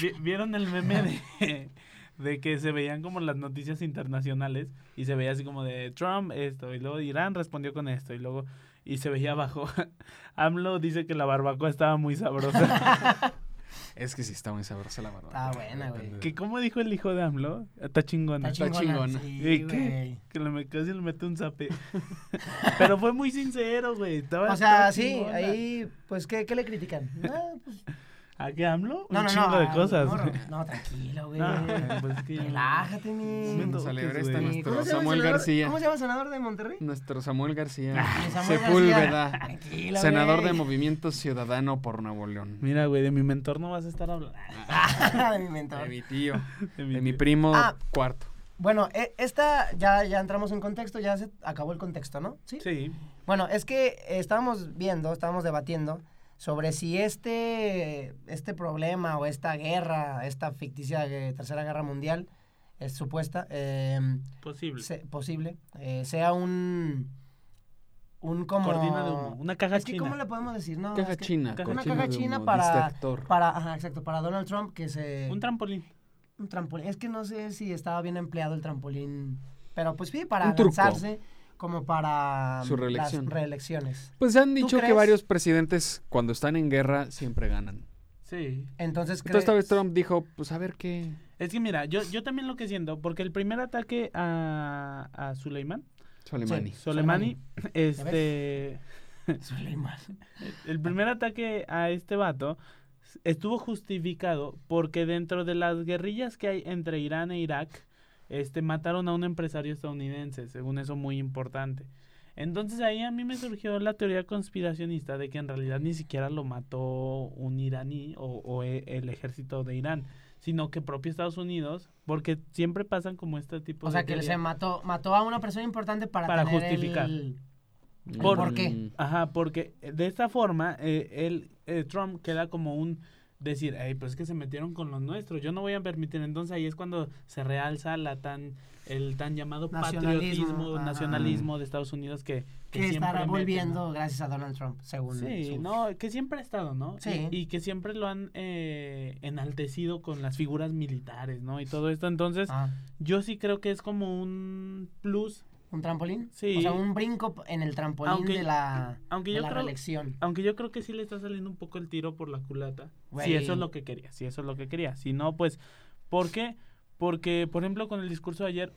S2: Vi- ¿Vieron el meme de, de que se veían como las noticias internacionales y se veía así como de Trump esto y luego Irán respondió con esto y luego y se veía abajo AMLO dice que la barbacoa estaba muy sabrosa.
S1: Es que sí está muy sabrosa la barba.
S2: Ah,
S4: Está buena, güey.
S2: que como dijo el hijo de AMLO, está chingona.
S4: Está chingona.
S1: chingona.
S4: Sí,
S2: ¿Y qué?
S4: güey.
S2: Que le me casi le mete un zape. Pero fue muy sincero, güey. estaba-
S4: O
S2: estaba
S4: sea, sí,
S2: Ah, chingona.
S4: ahí, pues, ¿qué, qué le critican? Ah, pues,
S2: ¿A qué AMLO? Un
S4: no, no,
S2: chingo
S4: no.
S2: de
S4: ah,
S2: cosas.
S4: morro.
S2: güey.
S4: No, tranquilo, güey.
S2: No, pues es que-
S4: Relájate, mi.
S2: Momento.
S1: Nos alegra
S2: Sí,
S1: está
S2: ¿cómo
S1: nuestro
S4: el
S1: Samuel
S4: senador-
S1: García.
S4: ¿Cómo se llama el senador de Monterrey?
S1: Nuestro Samuel García.
S4: Ah, Samuel
S1: Sepúlveda.
S4: García. Tranquilo,
S1: Senador de
S4: güey.
S1: Movimiento Ciudadano por Nuevo León.
S2: Mira, güey, de mi mentor no vas a estar hablando.
S4: Ah, de mi mentor.
S1: De mi tío.
S2: De
S1: De mi
S2: mi
S1: primo
S4: Ah.
S1: cuarto.
S4: Bueno, e- esta ya, ya entramos en contexto, ya se acabó el contexto, ¿no? Sí.
S2: Sí.
S4: Bueno, es que eh, estábamos viendo, estábamos debatiendo sobre si este, este problema o esta guerra, esta ficticia eh, tercera guerra mundial, es supuesta, em,
S2: Posible.
S4: se- posible, eh, sea un, un como...
S2: Cortina de humo. Una caja
S4: Es que,
S2: china.
S4: ¿cómo le podemos decir? No,
S1: Caja
S4: es que-
S1: china.
S2: caja-
S4: Una
S1: cortina
S4: caja
S1: de
S4: china
S1: humo,
S4: para,
S1: distractor.
S4: para, ajá, exacto, para Donald Trump que se...
S2: Un trampolín.
S4: Un trampolín. Es que no sé si estaba bien empleado el trampolín. Pero pues sí, para
S1: Un truco.
S4: lanzarse como para
S1: Su reelección.
S4: las reelecciones.
S1: Pues se han dicho que
S4: crees?
S1: varios presidentes cuando están en guerra siempre ganan.
S2: Sí.
S4: Entonces,
S1: Entonces esta
S4: cre-
S1: vez Trump dijo, pues a ver qué.
S2: Es que mira, yo, yo también lo que siento, porque el primer ataque a, a Suleimán,
S1: Soleimani.
S2: Soleimani,
S4: A
S2: este,
S4: Suleiman.
S2: el primer ataque a este vato estuvo justificado porque dentro de las guerrillas que hay entre Irán e Irak, este, mataron a un empresario estadounidense, según eso muy importante. Entonces ahí a mí me surgió la teoría conspiracionista de que en realidad ni siquiera lo mató un iraní o, o e- el ejército de Irán, sino que propio Estados Unidos, porque siempre pasan como este tipo
S4: O
S2: de...
S4: sea, que
S2: teorías.
S4: se mató, mató a una persona importante para,
S2: Para
S4: tener
S2: justificar.
S4: el-
S2: ¿Por
S1: Mm,
S4: qué?
S2: Ajá, porque eh, de esta forma eh, él, eh, Trump queda como un decir, hey, pues es que se metieron con los nuestros, yo no voy a permitir. Entonces ahí es cuando se realza la tan el tan llamado
S4: Nacionalismo,
S2: patriotismo,
S4: ajá.
S2: nacionalismo de Estados Unidos que,
S4: que estará
S2: meten, ¿no?
S4: volviendo gracias a Donald Trump, según
S2: Sí,
S4: sus-
S2: no, que siempre ha estado, ¿no?
S4: Sí.
S2: Y, y que siempre lo han eh, enaltecido con las figuras militares, ¿no? Y todo esto. Entonces,
S4: Ah,
S2: yo sí creo que es como un plus
S4: ¿Un trampolín?
S2: Sí.
S4: O sea, un brinco en el trampolín
S2: Aunque-
S4: de la,
S2: aunque
S4: de
S2: yo
S4: la
S2: creo-
S4: reelección.
S2: Aunque yo creo que sí le está saliendo un poco el tiro por la culata. Si
S4: Güey.
S2: eso es lo que quería, si eso es lo que quería. Si no, pues, ¿por qué? Porque, por ejemplo, con el discurso de ayer,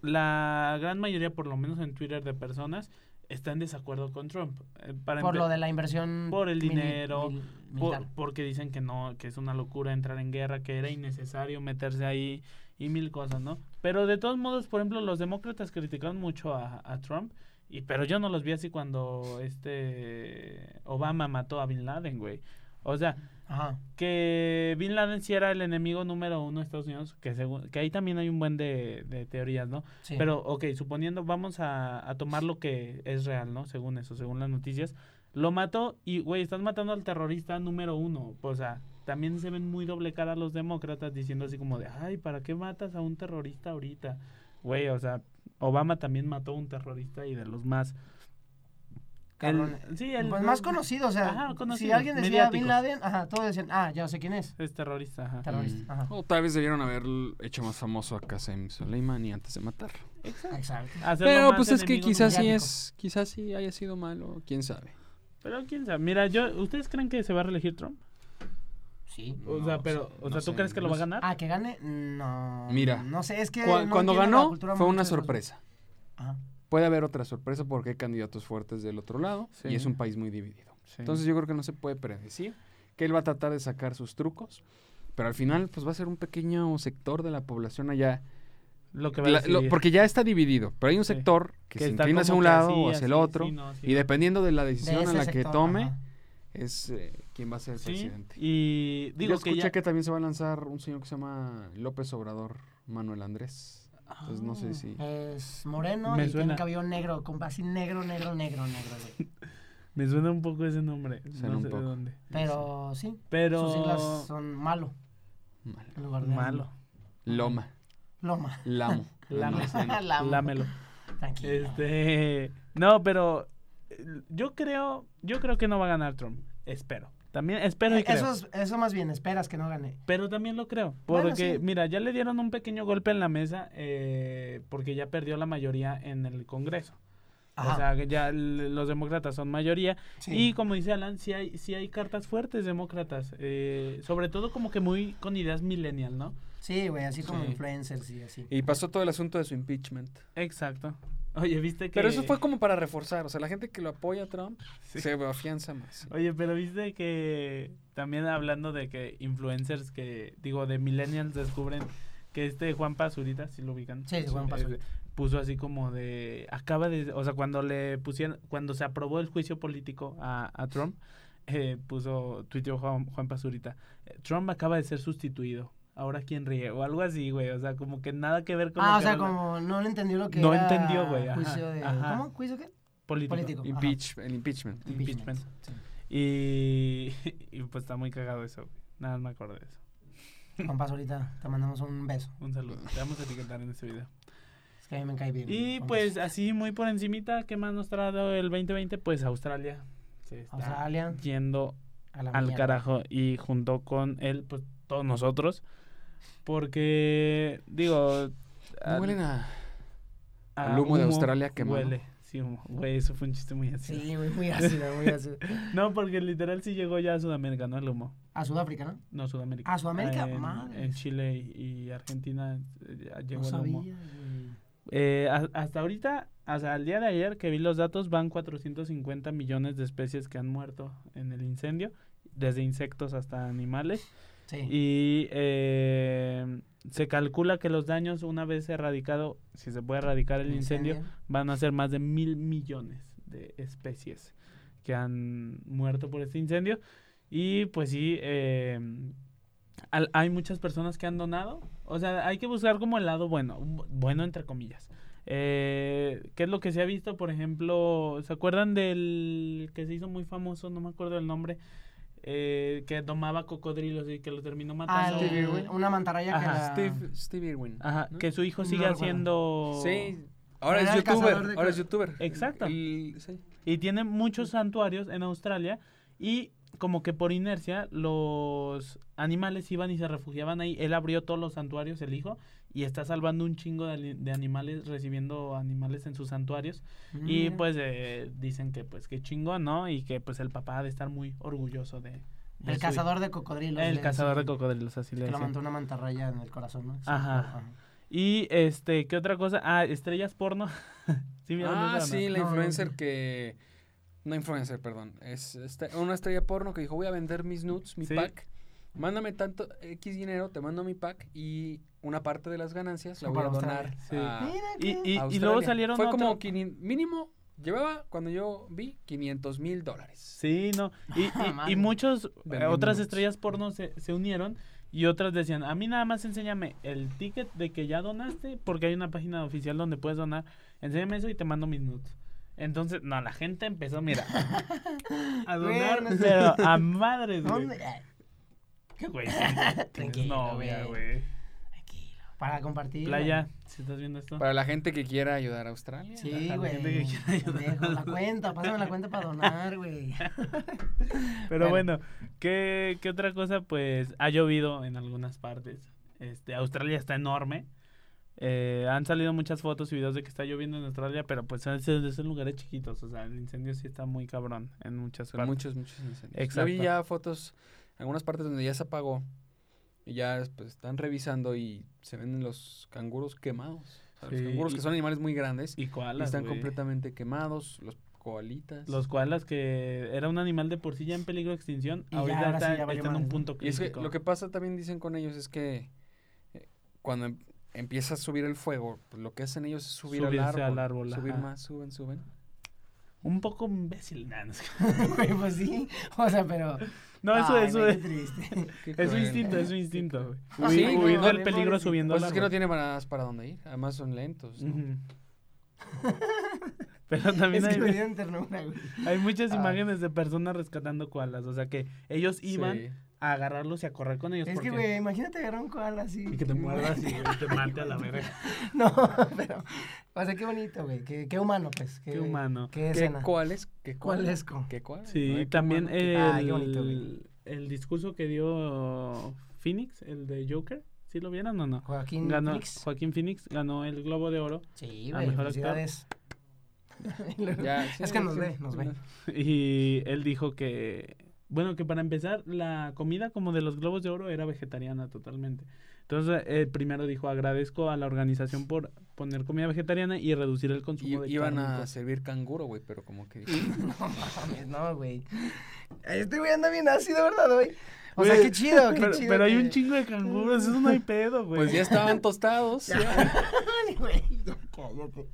S2: la gran mayoría, por lo menos en Twitter, de personas está en desacuerdo con Trump. Eh, para
S4: Por
S2: empe-
S4: lo de la inversión.
S2: Por el
S4: mili-
S2: dinero,
S4: mil-
S2: por-
S4: militar.
S2: porque dicen que no, que es una locura entrar en guerra, que era innecesario meterse ahí y mil cosas, ¿no? Pero de todos modos, por ejemplo, los demócratas criticaron mucho a, a Trump, y pero yo no los vi así cuando este Obama mató a Bin Laden, güey. O sea,
S4: Ajá.
S2: que Bin Laden sí era el enemigo número uno de Estados Unidos, que, según, que ahí también hay un buen de, de teorías, ¿no?
S4: Sí.
S2: Pero, ok, suponiendo, vamos a, a tomar lo que es real, ¿no? Según eso, según las noticias. Lo mató y, güey, están matando al terrorista número uno. O sea, también se ven muy doble cara los demócratas diciendo así como de, ay, ¿para qué matas a un terrorista ahorita? Güey, o sea, Obama también mató a un terrorista y de los más... el-
S4: Cabrones.
S2: sí, el
S4: Pues más conocido, o sea,
S2: Ajá,
S4: si
S2: conocido,
S4: alguien decía
S2: mediáticos.
S4: Bin Laden, ajá, todos decían, ah, ya sé quién es,
S2: Es terrorista, ajá.
S4: terrorista.
S2: Mm.
S4: Ajá.
S1: O tal vez debieron haber hecho más famoso a Qasem Soleimani antes de matarlo.
S4: Ah, Exacto.
S2: Hacerlo
S1: Pero
S2: más
S1: pues es que
S2: enemigo
S1: quizás sí
S2: numérico.
S1: es, quizás sí haya sido malo, quién sabe.
S2: Pero quién sabe. Mira, yo, ¿ustedes creen que se va a reelegir Trump?
S4: Sí.
S2: O sea, pero, o sea, ¿tú crees que lo va a ganar?
S4: Ah, que gane, no.
S1: Mira.
S4: No sé, es que.
S1: Cu-
S4: no
S1: cuando
S4: entiendo la
S1: ganó
S4: cultura
S1: fue
S4: mucho
S1: una
S4: de los-
S1: sorpresa.
S4: Ajá.
S1: Puede haber otra sorpresa porque hay candidatos fuertes del otro lado
S2: Sí.
S1: y es un país muy dividido.
S2: Sí.
S1: Entonces yo creo que no se puede predecir, que él va a tratar de sacar sus trucos, pero al final pues va a ser un pequeño sector de la población allá,
S2: lo que va a
S1: La- lo-
S2: decidir.
S1: porque ya está dividido, pero hay un
S2: Sí.
S1: sector que, se
S2: está
S1: inclina hacia
S2: como
S1: un
S2: que
S1: lado
S2: así,
S1: o hacia el
S2: así,
S1: otro
S2: sí, no, sí,
S1: y
S2: no.
S1: dependiendo de la
S4: De
S1: decisión a
S4: ese
S1: la que
S4: sector,
S1: tome
S4: ajá.
S1: es eh, quien va a ser el
S2: Sí,
S1: presidente.
S2: Y digo
S1: yo
S2: que
S1: escuché que,
S2: ya...
S1: también se va a lanzar un señor que se llama López Obrador Manuel Andrés. Entonces no
S4: Ah.
S1: sé si...
S4: Es moreno
S2: Me
S4: y tiene
S2: suena.
S4: un cabello negro, con así negro, negro, negro, negro. güey.
S2: Me suena un poco ese nombre.
S1: Suena
S2: no
S1: un
S2: sé
S1: poco.
S2: de dónde.
S4: Pero sí,
S2: Pero...
S4: sus siglas son malo
S1: Mal.
S4: en lugar de
S2: Malo.
S1: Loma.
S4: Loma.
S1: Lamo.
S2: Lamo.
S1: Almacén.
S4: Lamo.
S2: Lámelo.
S4: Tranquilo.
S2: Este, no, pero eh, yo creo, yo creo que no va a ganar Trump. Espero. También espero y
S4: Eh,
S2: creo.
S4: eso, es- eso más bien, esperas que no gane.
S2: Pero también lo creo, porque
S4: Bueno, sí.
S2: mira, ya le dieron un pequeño golpe en la mesa eh, porque ya perdió la mayoría en el Congreso. O
S4: Ajá.
S2: sea, que ya l- los demócratas son mayoría.
S4: Sí.
S2: Y como dice Alan, sí hay, sí hay cartas fuertes demócratas. eh, sobre todo como que muy con ideas millennial, ¿no?
S4: Sí, güey, así como
S1: Sí.
S4: influencers y así.
S1: Y pasó todo el asunto de su impeachment.
S2: Exacto. Oye, viste que...
S1: Pero eso fue como para reforzar. O sea, la gente que lo apoya a Trump se afianza más.
S2: Oye, pero viste que también hablando de que influencers que, digo, de millennials descubren que este Juan Pazurita, si lo ubican.
S4: Sí, sí, Juan
S2: eh,
S4: Pazurita.
S2: Puso así como de, acaba de, o sea, cuando le pusieron, cuando se aprobó el juicio político a, a Trump, eh, puso, tuiteó Juan, Juan Pazurita, eh, Trump acaba de ser sustituido, ahora quién ríe, o algo así, güey, o sea, como que nada que ver con lo
S4: ah, o
S2: que
S4: sea,
S2: habla-
S4: como no le entendió lo que
S2: No
S4: era
S2: entendió, güey, ajá,
S4: Juicio de.
S2: ajá.
S4: ¿Cómo? ¿Juicio qué?
S2: político.
S4: Político. ajá.
S1: Impeach, el impeachment.
S2: Impeachment.
S4: Sí.
S2: Y, y pues está muy cagado eso, güey. nada más me acuerdo de eso.
S4: Compas, ahorita te mandamos un beso.
S2: Un saludo. Te vamos a etiquetar en este video.
S4: Es que a mí me cae bien.
S2: Y
S4: Juan
S2: pues
S4: Pazurita.
S2: así muy por encimita, ¿qué más nos trae el 2020? Pues Australia. Se está
S4: Australia,
S2: yendo
S4: a la
S2: ah, al
S4: mierda.
S2: carajo y junto con él, pues todos nosotros. Porque, digo...
S4: Ah,
S1: No
S2: al-
S1: huelen a-
S2: a
S1: al humo de Australia quemado.
S2: Huele, sí, humo. Güey, eso fue un chiste muy así.
S4: Sí, güey, muy ácido, muy ácido.
S2: No, porque literal sí llegó ya a Sudamérica, ¿no? El humo.
S4: A Sudáfrica, ¿no?
S2: No, Sudamérica.
S4: ¿A Sudamérica?
S2: En,
S4: Madres.
S2: en Chile y, y Argentina eh, ya llegó
S4: No
S2: el
S4: sabía,
S2: humo.
S4: güey.
S2: Eh, a- hasta ahorita, hasta el día de ayer que vi los datos, van 450 millones de especies que han muerto en el incendio, desde insectos hasta animales.
S4: Sí.
S2: Y eh, se calcula que los daños, una vez erradicado, si se puede erradicar el incendio, van a ser más de mil millones de especies que han muerto por este incendio. Y pues sí, eh, al- hay muchas personas que han donado. O sea, hay que buscar como el lado bueno, bu- bueno entre comillas. Eh, ¿Qué es lo que se ha visto? Por ejemplo, ¿se acuerdan del que se hizo muy famoso? No me acuerdo el nombre. eh, que domaba cocodrilos y que lo terminó
S4: Ah,
S2: matando.
S4: el-
S1: Stevie, güey.
S4: una mantarraya que
S2: Ajá.
S4: la...
S1: Steve, Steve Irwin.
S4: Ah.
S2: Ajá,
S1: ¿no?
S2: que su hijo
S4: No
S2: sigue
S4: recuerdo.
S2: haciendo...
S1: Sí. Ahora es
S4: Era el cazador
S1: youtuber.
S4: de
S1: Ahora
S4: co-
S1: es youtuber.
S2: Exacto.
S1: El- sí.
S2: Y tiene muchos santuarios en Australia y como que por inercia los animales iban y se refugiaban ahí. Él abrió todos los santuarios, el hijo, y está salvando un chingo de, ali- de animales, recibiendo animales en sus santuarios. Y
S4: Mm, Mira.
S2: pues eh, dicen que pues que chingo, ¿no? Y que pues el papá ha de estar muy orgulloso de... de
S4: El
S2: su-
S4: cazador de cocodrilos.
S2: este, El
S4: le
S2: cazador de
S4: decían.
S2: cocodrilos, así le
S4: Que lo
S2: dicen.
S4: mandó una mantarraya en el corazón, ¿no? Sí,
S2: Ajá. Y este, ¿qué otra cosa? Ah, estrellas porno. ¿Sí vieron
S1: Ah,
S2: eso o no?
S1: sí, la
S4: No, no,
S1: influencer
S4: no.
S1: que... No influencer, perdón. Es este- una estrella porno que dijo, voy a vender mis nudes, mi
S2: Sí.
S1: pack. Mándame tanto X dinero, te mando mi pack y una parte de las ganancias la
S4: Son
S1: voy a
S4: para
S1: donar
S2: Sí.
S1: a,
S4: Mira
S2: Ah. Y,
S4: que...
S2: y- y
S1: Australia.
S2: luego salieron
S1: Fue
S2: otro-
S1: como quini- mínimo, llevaba cuando yo vi 500 mil dólares.
S2: Sí, no. Y, y,
S4: Madre.
S2: y muchos, eh,
S1: Vendiendo
S2: otras
S1: nudes.
S2: estrellas porno se, se unieron y otras decían, a mí nada más enséñame el ticket de que ya donaste, porque hay una página oficial donde puedes donar, enséñame eso y te mando mis nudes. Entonces, no, la gente empezó, mira, a donar,
S4: Bueno, sí.
S2: pero a madres, güey.
S4: ¿Dónde? Eh,
S2: ¿Qué güey? Tienes
S4: Tranquilo,
S2: novia,
S4: güey.
S2: güey.
S4: Tranquilo. Para compartir.
S2: Playa, si estás viendo esto.
S1: Para la gente que quiera ayudar a Australia.
S4: Sí,
S2: Para la
S4: güey.
S2: gente que quiera ayudar.
S4: Pendejo, La cuenta, pásame la cuenta para donar, güey.
S2: Pero
S4: Bueno.
S2: bueno, ¿qué, qué otra cosa? Pues ha llovido en algunas partes. Este, Australia está enorme. Eh, han salido muchas fotos y videos de que está lloviendo en Australia, pero pues son, son- son lugares chiquitos. O sea, el incendio sí está muy cabrón en muchas partes.
S1: Muchos, muchos incendios. Yo
S2: Exacto.
S1: vi ya fotos, algunas partes donde ya se apagó. Y ya pues, están revisando y se ven los canguros quemados. O sea,
S2: Sí,
S1: los canguros
S2: y-
S1: que son animales muy grandes y
S2: Y koalas,
S1: están
S2: güey.
S1: completamente quemados. Los koalitas.
S2: Los koalas que era un animal de por sí ya en peligro de extinción,
S4: Y ya,
S2: ahorita
S4: ahora sí,
S2: está,
S4: ya valió
S2: está en un
S4: madres, ¿no?
S2: punto
S1: Y es
S2: crítico.
S1: que lo que pasa también dicen con ellos es que eh, cuando em- empieza a subir el fuego, pues, lo que hacen ellos es subir al árbol,
S2: Subirse al árbol,
S1: subir
S2: ajá.
S1: más, suben, suben.
S2: Un poco imbécil. nah, no, es que-
S4: Güey, pues sí. O sea, pero.
S2: No, eso,
S4: Ay,
S2: eso
S4: güey,
S2: es,
S4: qué triste.
S1: Qué
S2: es su
S1: cruel.
S2: instinto, es su instinto. güey.
S1: Ah,
S2: Huir-
S1: sí,
S2: huir
S1: no,
S2: del peligro
S4: no, pobrecito.
S2: subiendo
S1: Pues
S2: al
S1: es que no
S2: árbol.
S1: tienen para, para dónde ir, además son lentos. ¿no?
S2: Ujú. pues, Pero también
S4: Es que me
S2: hay, Pues,
S4: dieron ternura, güey.
S2: hay muchas
S4: Ay.
S2: imágenes de personas rescatando koalas. O sea que ellos iban
S1: Sí.
S2: a agarrarlos y a correr con ellos.
S4: Es
S2: porque-
S4: que, güey, imagínate agarrar un koala así.
S2: Y que te muerdas y güey, te mate a la verga.
S4: No, pero. O sea, qué bonito, güey. Qué, qué humano, pues. Qué,
S2: Qué humano.
S4: Qué
S1: ¿Qué
S4: escena.
S1: cuáles? ¿Qué cuáles?
S4: Cualesco.
S1: ¿Qué cuáles?
S2: Sí,
S1: Ay, qué
S2: también
S1: humano, qué-
S2: el,
S4: Ah, qué bonito, güey.
S2: el discurso que dio Phoenix, el de Joker, ¿sí lo vieron o no?
S4: Joaquín
S2: Ganó,
S4: Phoenix.
S2: Joaquín Phoenix ganó el Globo de Oro
S4: Sí,
S2: Ah,
S4: güey.
S2: mejor actor.
S4: Felicidades.
S1: Ya,
S4: Es
S1: sí,
S4: que nos
S1: sí.
S4: ve, nos ve.
S2: y él dijo que, bueno, que para empezar, la comida como de los Globos de Oro era vegetariana totalmente. Entonces, eh, primero dijo, agradezco a la organización por poner comida vegetariana y reducir el
S1: Y-
S2: consumo de
S1: iban
S2: carne y
S1: a
S2: cosas".
S1: servir canguro, güey, pero como que...
S4: No mames, no, güey. Este güey anda bien ácido, ¿verdad, güey? O sea,
S2: Güey,
S4: qué chido, qué
S2: Pero,
S4: chido.
S2: pero hay
S4: que-
S2: un chingo de canguros, eso no hay pedo, güey.
S1: Pues ya estaban tostados.
S4: Ay, güey, ya cállate.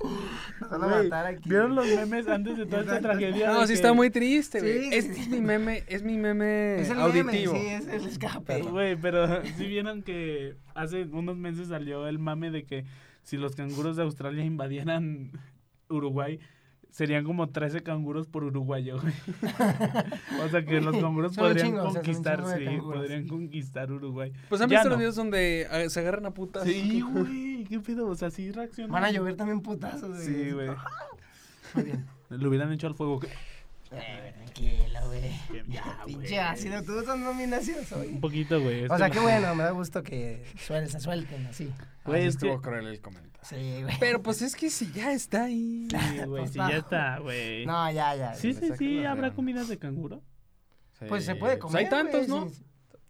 S4: Nos van a
S2: Güey,
S4: matar aquí.
S2: ¿Vieron los memes antes de toda esta tragedia?
S1: No,
S2: de
S1: sí
S2: que-
S1: está muy triste, güey.
S4: Sí, sí,
S1: este
S4: sí.
S1: es mi meme, es mi meme
S2: Eh,
S4: Es el
S1: auditivo.
S4: meme, sí, es el escape.
S2: Güey, pero sí vieron que hace unos meses salió el mame de que si los canguros de Australia invadieran Uruguay, serían como 13 canguros por uruguayo, güey. O sea que los canguros
S4: Son un
S2: podrían
S4: chingo, o sea, son un
S2: conquistar,
S4: chingo de
S2: sí,
S4: canguros.
S2: podrían conquistar Uruguay.
S1: Pues han
S2: Ya
S1: visto los
S2: no.
S1: videos donde ah, se agarran a putas.
S2: Sí, güey, qué pedo, o sea, sí reaccionan.
S4: Van a llover también putazos, güey. "Ah".
S2: Sí, güey.
S4: Muy bien.
S2: Lo hubieran hecho al fuego.
S4: Eh, güey, tranquilo, güey.
S2: Ya,
S4: Pinche ácido, tú estás bien ácido
S2: Un
S4: hoy.
S2: poquito, güey. este es
S4: O
S2: que
S4: sea,
S2: no-
S4: qué bueno, me da gusto que suel- se suelten así.
S1: Así
S2: Güey, Pues es
S4: este
S2: que-
S1: estuvo cruel el comentario.
S4: Sí, güey.
S1: Pero pues es que si ya está ahí.
S2: Sí, güey, sí, ya está, güey.
S4: No, ya, ya.
S2: Sí,
S1: le
S2: sí,
S1: saca
S2: sí,
S1: la
S2: habrá
S1: rana.
S2: comidas de canguro.
S4: Pues se
S1: Sí.
S4: puede
S1: Pues
S4: comer.
S1: hay tantos,
S4: güey,
S1: ¿no?
S4: sí,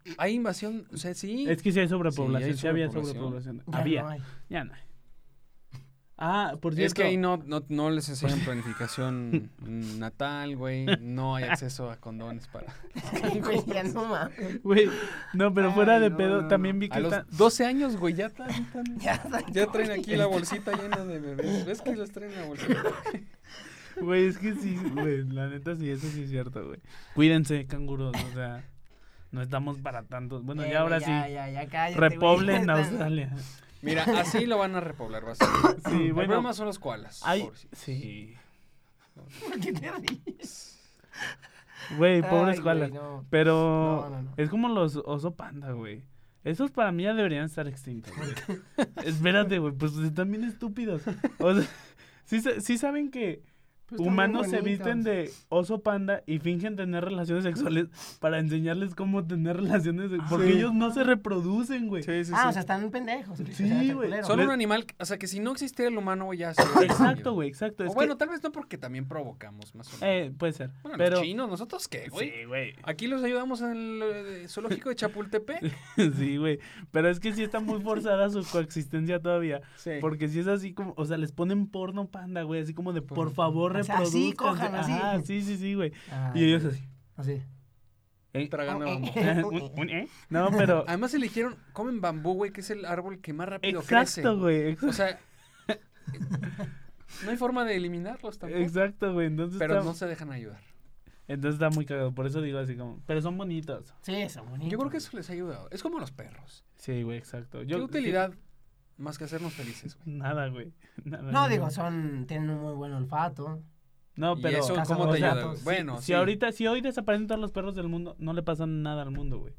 S4: sí.
S1: Hay invasión, o sea, sí.
S2: Es que sí hay sobrepoblación,
S1: Sí,
S2: sí,
S1: hay
S2: había
S1: sobrepoblación.
S2: sobrepoblación.
S4: Ya
S2: había,
S4: no hay.
S2: ya no hay. Ah, por cierto.
S1: Es que ahí no, no, no les enseñan planificación natal, güey. No hay acceso a condones para.
S4: Güey, ya no mames.
S2: Güey, no, pero fuera
S4: Ay,
S2: de
S4: no,
S2: pedo,
S4: no, no.
S2: también vi que
S1: A los
S2: está-
S1: 12 años, güey, ya están. están-
S4: Ya, está.
S1: Ya traen aquí la bolsita llena de bebés. ¿Ves que los traen en la bolsita?
S2: Güey, es que sí, güey, la neta sí, eso sí es cierto, güey. Cuídense, canguros, o sea, no estamos para tantos. Bueno,
S4: Eh,
S2: ya ahora
S4: güey,
S2: sí,
S4: Ya, ya, ya, cállate. güey.
S2: repoblen
S4: Ya están-
S2: Australia.
S1: Mira, así lo van a repoblar, básicamente.
S2: Sí,
S1: El
S2: bueno.
S1: problema son los koalas.
S2: Hay...
S1: pobrecitos.
S2: Sí.
S4: ¿Por qué te ríes?
S2: Güey, pobres
S4: Ay, güey,
S2: koalas.
S4: no.
S2: Pero
S4: No, no, no.
S2: es como los oso panda, güey. Esos para mí ya deberían estar extintos, güey. Espérate, güey, pues están bien estúpidos. O sea, sí, sa- sí saben que
S4: Pero Pues están
S2: humanos se
S4: bien
S2: visten
S4: bonitos.
S2: de oso panda y fingen tener relaciones sexuales para enseñarles cómo tener relaciones sexuales. Porque ellos no se reproducen, güey.
S1: Sí, sí,
S4: Ah, o
S1: sí.
S4: sea, están pendejos.
S2: Sí,
S4: o sea, está
S2: güey.
S4: culero.
S1: Son
S2: les-
S1: un animal, que- o sea, que si no existiera el humano, güey, ya se hubiera extinguido.
S2: Exacto, güey, exacto.
S1: O
S2: Es que-
S1: bueno, tal vez no porque también provocamos, más o menos.
S2: eh, puede ser.
S1: bueno,
S2: pero...
S1: los chinos, ¿nosotros qué, güey?
S2: Sí, güey.
S1: Aquí los ayudamos en el eh, zoológico de Chapultepec.
S2: Sí, güey. Pero es que sí está muy forzada su coexistencia todavía.
S1: Sí.
S2: Porque si es así como, o sea, les ponen porno panda, güey, así como de por
S1: Porno
S2: favor
S4: O sea, así,
S2: reproduzcan.
S4: cojan,
S2: sí,
S4: así.
S2: sí, sí, güey.
S4: Ah,
S2: Y ellos así.
S4: Así.
S2: ¿eh?
S1: Tragando bambú.
S2: ¿Un- un eh? No, pero
S1: Además eligieron, comen bambú, güey, que es el árbol que más rápido crece.
S2: exacto, güey,
S1: O
S2: exacto,
S1: sea, eh, no hay forma de eliminarlos tampoco.
S2: exacto, güey. Entonces,
S1: Pero
S2: está,
S1: no se dejan ayudar.
S2: entonces está muy cagado, por eso digo así como, pero son bonitos.
S4: Sí, son bonitos.
S1: Yo creo que eso les ha ayudado. Es como los perros.
S2: Sí, güey, exacto. Yo,
S1: ¿Qué utilidad más que hacernos felices, güey?
S2: Nada, güey. Nada,
S4: No,
S2: nada.
S4: digo, son. Tienen un muy buen olfato.
S2: No,
S1: ¿Y
S2: pero
S1: eso
S4: Cazan
S1: cómo te ayuda?
S4: gatos.
S1: güey? Bueno,
S2: si
S1: sí.
S2: ahorita si hoy desaparecen todos los perros del mundo, no le pasa nada al mundo, güey.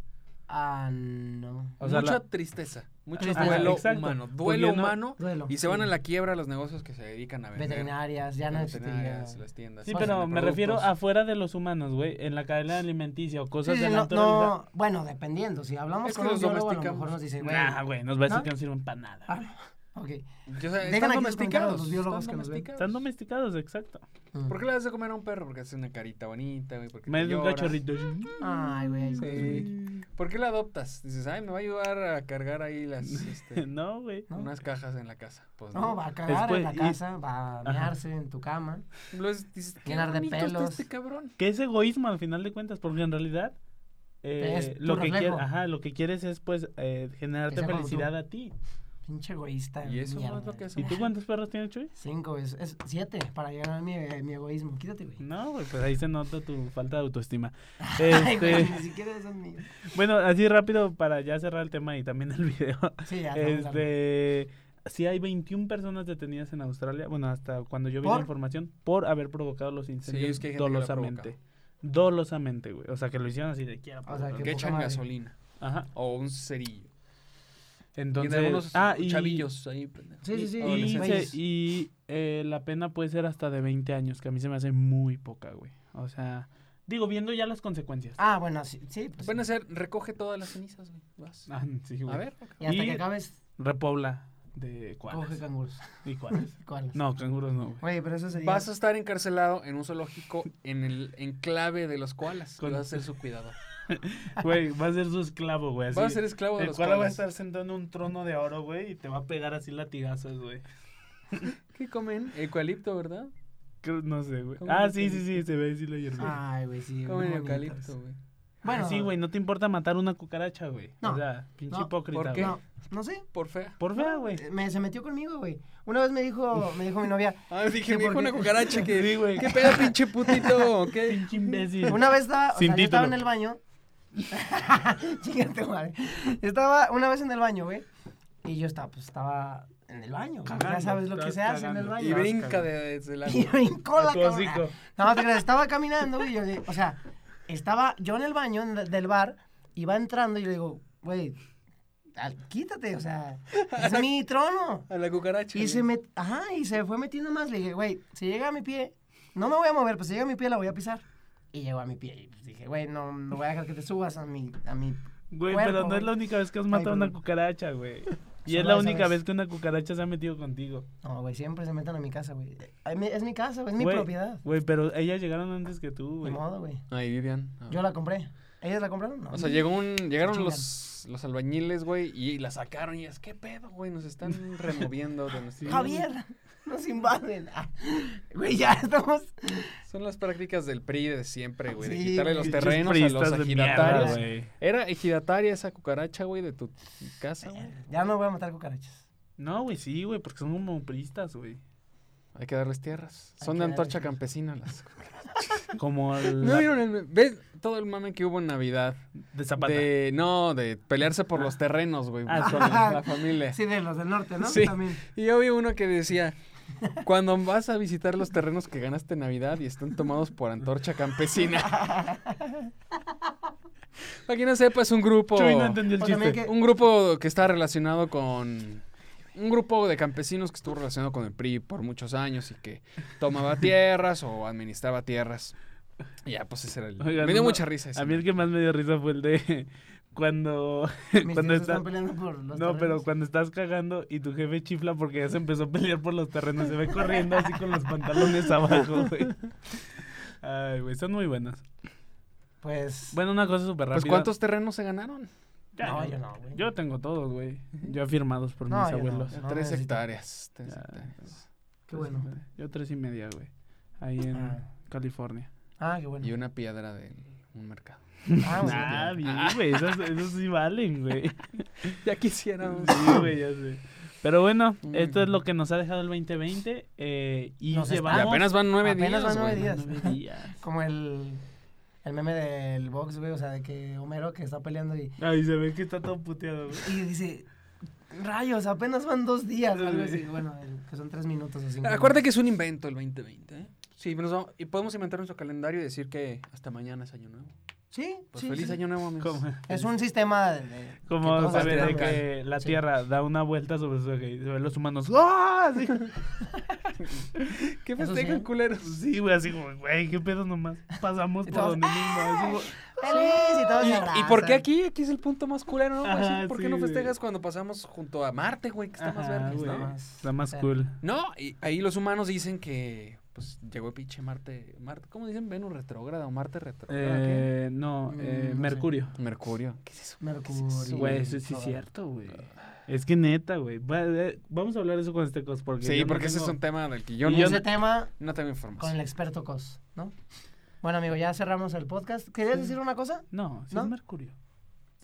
S4: Ah, no.
S2: O sea,
S1: mucha
S2: la-
S1: tristeza, mucho
S4: Tristeza.
S1: duelo
S2: Exacto.
S1: humano,
S2: Porque
S1: duelo
S2: no-
S1: humano
S4: Duelo.
S1: y se van
S4: sí.
S1: a la quiebra los negocios que se dedican a vender.
S4: Veterinarias, ya no
S1: las
S4: existiría.
S1: veterinarias, las tiendas.
S2: Sí,
S4: Son
S2: pero me refiero
S1: productos.
S2: afuera de los humanos, güey, en la cadena alimenticia o cosas
S4: Sí,
S2: de
S4: sí,
S2: la
S4: no,
S2: naturaleza.
S4: no, bueno, dependiendo. Si hablamos
S1: Es que
S4: con un
S1: los pues.
S4: biólogo, a lo
S1: domesticamos.
S4: mejor nos dice, güey.
S2: Nah, güey, nos va a decir
S4: ¿No?
S2: que no sirven para nada.
S4: Ah,
S2: güey.
S4: Ok.
S1: Yo sé,
S4: Dejen
S1: están
S4: aquí sus
S1: domesticados.
S4: comentarios, los biólogos
S1: están
S4: que nos ven.
S1: domesticados.
S2: Están domesticados, exacto.
S4: mm.
S1: ¿Por qué le das de comer a un perro? Porque hace una carita bonita, güey. Porque
S2: Me
S1: te
S2: dio un
S1: llora.
S2: cachorrito.
S4: Ay, güey.
S1: Sí. ¿Por qué la adoptas? Dices, ay, me va a ayudar a cargar ahí las, este,
S2: No, güey.
S4: ¿no?
S1: unas cajas en la casa. Pues
S4: No,
S1: no.
S4: va a cagar en la
S2: Después- y-
S4: casa, va a mearse en tu cama.
S1: Luego es- dices, qué
S4: Llenar de
S1: bonito está
S4: pelos.
S1: este cabrón.
S2: Que es egoísmo al final de cuentas, porque en realidad eh,
S4: Es tu
S2: lo, que
S4: reflejo.
S2: quieres, ajá, lo que quieres es pues eh, generarte
S4: sea como
S2: felicidad
S4: tú.
S2: a ti.
S4: Pinche egoísta.
S1: Y eso
S4: mierda.
S1: no es lo que hace
S2: ¿Y tú cuántos perros tienes, Chuy?
S4: Cinco, es, es siete para llegar a mi, eh, mi egoísmo. Quítate, güey.
S2: No, güey, pues ahí se nota tu falta de autoestima.
S4: Ay, güey,
S2: Este,
S4: ni siquiera esos míos.
S2: bueno, así rápido para ya cerrar el tema y también el video.
S4: Sí, ya. estamos hablando.
S2: Este, sí hay 21 personas detenidas en Australia, bueno, hasta cuando yo vi la
S4: ¿Por?
S2: información, por haber provocado los incendios
S1: es que hay gente que la
S2: dolosamente. Dolosamente, güey. O sea, que lo hicieron así de quiera.
S4: O sea,
S1: Que
S4: poca
S1: echan
S4: madre.
S1: gasolina
S2: Ajá.
S1: o un cerillo.
S2: Entonces,
S1: y de algunos
S2: ah, y-
S1: chavillos ahí. pendejos.
S4: Sí, sí, sí.
S2: Y, se-
S4: güeyes.
S2: y, eh, la pena puede ser hasta de 20 años, que a mí se me hace muy poca, güey. O sea, digo, viendo ya las consecuencias.
S4: Ah, bueno, sí, sí pues.
S1: Pueden hacer, recoge todas las cenizas, güey. Vas.
S2: Ah, sí, güey.
S1: A ver.
S4: y hasta
S2: y-
S4: que acabes,
S2: Repobla de
S4: coge
S2: cuáles.
S4: canguros.
S2: ¿Y cuáles?
S4: ¿Cuáles?
S2: No, canguros no, güey.
S4: Güey, pero eso sería.
S1: Vas a estar encarcelado en un zoológico en el enclave de los koalas.
S2: Con-
S1: Vas a ser su cuidador.
S2: Güey, va a ser su esclavo, güey.
S1: Vas a
S2: así.
S1: ser esclavo de
S2: El
S1: los
S2: cual va a
S1: koalas.
S2: estar sentado en un trono de oro, güey, y te va a pegar así latigazos, güey.
S1: ¿Qué comen? Eucalipto, ¿verdad?
S2: Creo- No sé, güey.
S1: ¿Cómo
S2: Ah,
S1: no
S2: sí,
S1: te-
S2: sí, sí, se ve así la hierba.
S4: Ay, güey, sí. güey,
S1: Comen
S4: muy bonitos.
S1: eucalipto, güey.
S4: Ah, Bueno,
S2: sí, güey, no te importa matar una cucaracha, güey. O
S4: No,
S2: sea, pinche
S4: no,
S2: hipócrita,
S1: ¿por qué?
S2: güey.
S4: No, no sé.
S1: Por fea.
S2: Por fea, güey.
S4: eh, Me, se metió conmigo, güey. Una vez me dijo, me dijo mi novia,
S1: Ah, dije,
S4: ¿Qué,
S1: me
S4: por
S1: dijo
S4: qué?
S1: una cucaracha que.
S2: Sí, güey.
S1: ¿Qué pedo, pinche putito? ¿o ¿Qué?
S2: Pinche imbécil.
S4: Eh, Una vez estaba, o
S2: Sin
S4: sea, yo estaba
S2: título.
S4: en el baño. Chíngate, madre. Yo estaba una vez en el baño, güey. Y yo estaba, pues estaba en el baño. güey.
S2: Cagando,
S4: ya sabes lo que
S2: estás
S4: se hace en el
S2: cagando.
S4: baño.
S1: Y
S2: Vas,
S1: brinca
S2: cabrón.
S1: de, desde el
S4: Y
S1: agua.
S4: brincó la
S2: A tu
S4: cabrona.
S2: hocico.
S4: No, te creas, estaba caminando, güey. y yo le- o sea, estaba yo en el baño en- del bar. Y va entrando y yo le digo, güey, al- quítate, o sea, es mi trono.
S1: A la cucaracha.
S4: Y
S1: güey.
S4: se, met, ajá, y se fue metiendo más. Le dije, güey, si llega a mi pie, no me voy a mover, pero si llega a mi pie, la voy a pisar. Y llegó a mi pie. Y pues dije, güey, no, no voy a dejar que te subas a mi. A mi...
S2: Güey,
S4: cuerpo,
S2: pero no es
S4: güey.
S2: la única vez que has matado a
S4: perdón.
S2: una cucaracha, güey. Y
S4: Solo
S2: es la
S4: esa
S2: única
S4: vez.
S2: vez que una cucaracha se ha metido contigo.
S4: No, güey, siempre se meten a mi casa, güey. Es mi, es mi casa, güey, es mi
S2: Güey,
S4: propiedad.
S2: Güey, pero ellas llegaron antes que tú,
S4: De
S2: güey.
S4: modo, güey.
S1: Ahí, Vivian. Ah.
S4: Yo la compré. ¿Ellas la compraron? No.
S1: O sea, llegó un, llegaron
S4: chingan.
S1: los, los albañiles, güey, y la sacaron. Y es, ¿qué pedo, güey? Nos están removiendo de nuestro.
S4: Javier, nos invaden. Ah, Güey, ya estamos.
S1: Son las prácticas del PRI de siempre, güey. de
S4: Sí,
S1: quitarle los
S2: Pinches
S1: terrenos a los
S2: priistas de mierda,
S1: ejidatarios.
S2: güey.
S1: Era ejidataria esa cucaracha, güey, de tu casa, güey.
S4: Ya no voy a matar cucarachas.
S2: No, güey, sí, güey, porque son como pristas, güey.
S1: Hay que darles tierras.
S4: Hay
S1: Son de
S4: que darles
S1: antorcha
S4: tierras.
S1: campesina las.
S2: Como el
S1: ¿No vieron el, ¿Ves todo el mame que hubo en Navidad?
S2: de Zapata.
S1: De, no, de pelearse por los terrenos, güey.
S2: Ah,
S1: con
S2: sí.
S1: la familia.
S4: Sí, de los del norte, ¿no?
S1: Sí.
S4: También.
S1: Y yo vi uno que decía, cuando vas a visitar los terrenos que ganaste en Navidad y están tomados por antorcha campesina. Para quien no sepa, es un grupo,
S2: Chuy no entendió el
S4: O también
S2: chiste.
S4: que-
S1: un grupo que está relacionado con... Un grupo de campesinos que estuvo relacionado con el PRI por muchos años y que tomaba tierras o administraba tierras. Y ya, pues ese era el...
S2: Oigan,
S1: me dio
S2: uno-
S1: mucha risa ese.
S2: A mí el que más me dio risa fue el de cuando
S4: Mis
S2: cuando
S4: tíos
S2: está-
S4: están peleando por los
S2: no, pero
S4: terrenos.
S2: cuando estás cagando y tu jefe chifla porque ya se empezó a pelear por los terrenos, se ve corriendo así con los pantalones abajo, güey. Ay, güey, son muy buenos.
S4: Pues.
S2: Bueno, una cosa súper rápida.
S1: Pues ¿cuántos terrenos se ganaron?
S2: Ya,
S4: No,
S2: ya.
S4: yo no, güey.
S2: Yo tengo todos, güey. Yo firmados por
S4: No,
S2: mis
S4: yo no.
S2: abuelos.
S4: No
S1: tres
S4: necesito.
S1: hectáreas. Tres
S2: Ya.
S1: hectáreas.
S4: Qué bueno.
S2: Yo tres y media, güey. Ahí en
S4: Ah.
S2: California.
S4: Ah, qué bueno.
S1: Y una piedra de un mercado.
S4: Ah, bueno.
S2: Ah, bien, güey. Esos, esos sí valen, güey.
S1: Ya quisiéramos.
S2: Sí, güey, ya sé. Pero bueno,
S1: Mm.
S2: esto es lo que nos ha dejado el 2020. Eh, y
S4: Nos
S2: llevamos.
S1: Y apenas van nueve
S4: Apenas
S1: días.
S4: van nueve
S1: güey.
S4: días.
S2: nueve días.
S4: Como el, el meme del box, güey, o sea, de que Homero que está peleando y,
S2: Ay, se ve que está todo puteado, güey.
S4: y dice, rayos, apenas van dos días, o algo así. Bueno, el- que son tres minutos o cinco.
S1: Acuérdate que es un invento el 2020. ¿eh? Sí, nos vamos- y podemos inventar nuestro calendario y decir que hasta mañana es año nuevo.
S4: Sí,
S1: Pues
S4: sí,
S1: feliz
S4: sí.
S1: año nuevo, amigos.
S2: Como-
S4: Es un sistema de- de- que
S2: Como
S4: todos
S2: saber de
S4: aspiramos.
S2: que la
S4: Sí.
S2: Tierra da una vuelta sobre su eje y se ven los humanos. ¡Ah! Así.
S1: ¿Qué
S4: Eso
S1: festejan,
S4: sí.
S1: culeros?
S2: Sí, güey, así como, güey, qué pedo nomás. Pasamos por
S4: todos,
S2: donde mismo. así como-
S4: Feliz y todos se
S1: ¿Y, y por qué
S4: abrazan.
S1: aquí? Aquí es el punto más culero, ¿no? güey?
S2: Ajá,
S1: ¿Por
S2: sí,
S1: qué no
S2: güey.
S1: festejas cuando pasamos junto a Marte, güey? Que está más
S2: Ajá,
S1: verde.
S2: güey,
S1: ¿no?
S2: Está más
S4: Pero-
S2: cool.
S1: No, y ahí los humanos dicen que pues llegó pinche Marte, Marte, ¿cómo dicen? Venus retrógrada o Marte retrógrada. ¿qué?
S2: Eh, no, eh,
S4: Mm, no sé.
S2: Mercurio.
S1: Mercurio. ¿Qué es eso?
S4: Mercurio.
S2: Güey, eso sí es cierto, güey. Es que neta, güey. Va- eh, Vamos a hablar de eso con este cos. Porque
S1: Sí,
S2: yo no
S1: porque ese es
S2: tengo-
S1: un tema del que yo no,
S2: yo
S4: ese tema
S1: no tengo
S4: con el
S1: información.
S4: experto Cos, ¿no? Bueno, amigo, ya cerramos el podcast. ¿Querías
S2: Sí.
S4: decir una cosa?
S2: No, sí
S4: ¿No?
S2: es Mercurio.